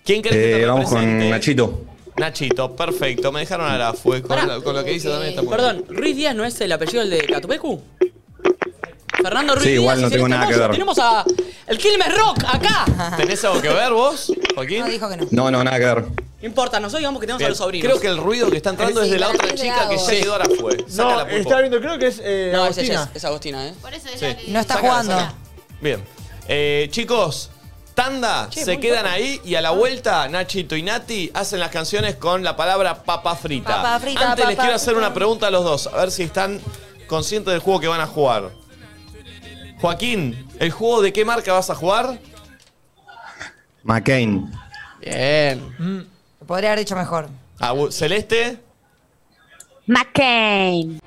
¿Quién querés que te
Eh, vamos
represente?
con Nachito.
Nachito, perfecto. Me dejaron a la fue con, la- con lo que hizo también está muy
Perdón, ¿Ruiz Díaz no es el apellido del de Catupecu? Fernando Ruiz
Sí, igual
Díaz
no
y
tengo
Celeste
nada que
Moyo.
ver.
Tenemos a. El Kilmer Rock acá.
bien. ¿Tenés algo que ver vos, Joaquín? No, dijo
que no.
No, no, nada que ver.
No importa, nosotros digamos que tenemos a los sobrinos.
Creo que el ruido que está entrando
Sí,
es de la
Martín
otra
de
chica que
Agos.
ya quedó ahora fue.
No, está viendo, creo que es eh,
No, es
Agostina.
ella, es, es Agostina, ¿eh?
Por eso
No está jugando.
Bien. Eh, chicos, tanda,
Che,
se
muy
quedan
bueno.
ahí y a la vuelta Nachito y Nati hacen las canciones con la palabra papa frita.
Papa frita,
Antes les
papa
quiero hacer
frita.
una pregunta a los dos, a ver si están conscientes del juego que van a jugar. Joaquín, ¿el juego de qué marca vas a jugar?
McCain.
Bien.
Podría haber dicho mejor.
Celeste.
McCain.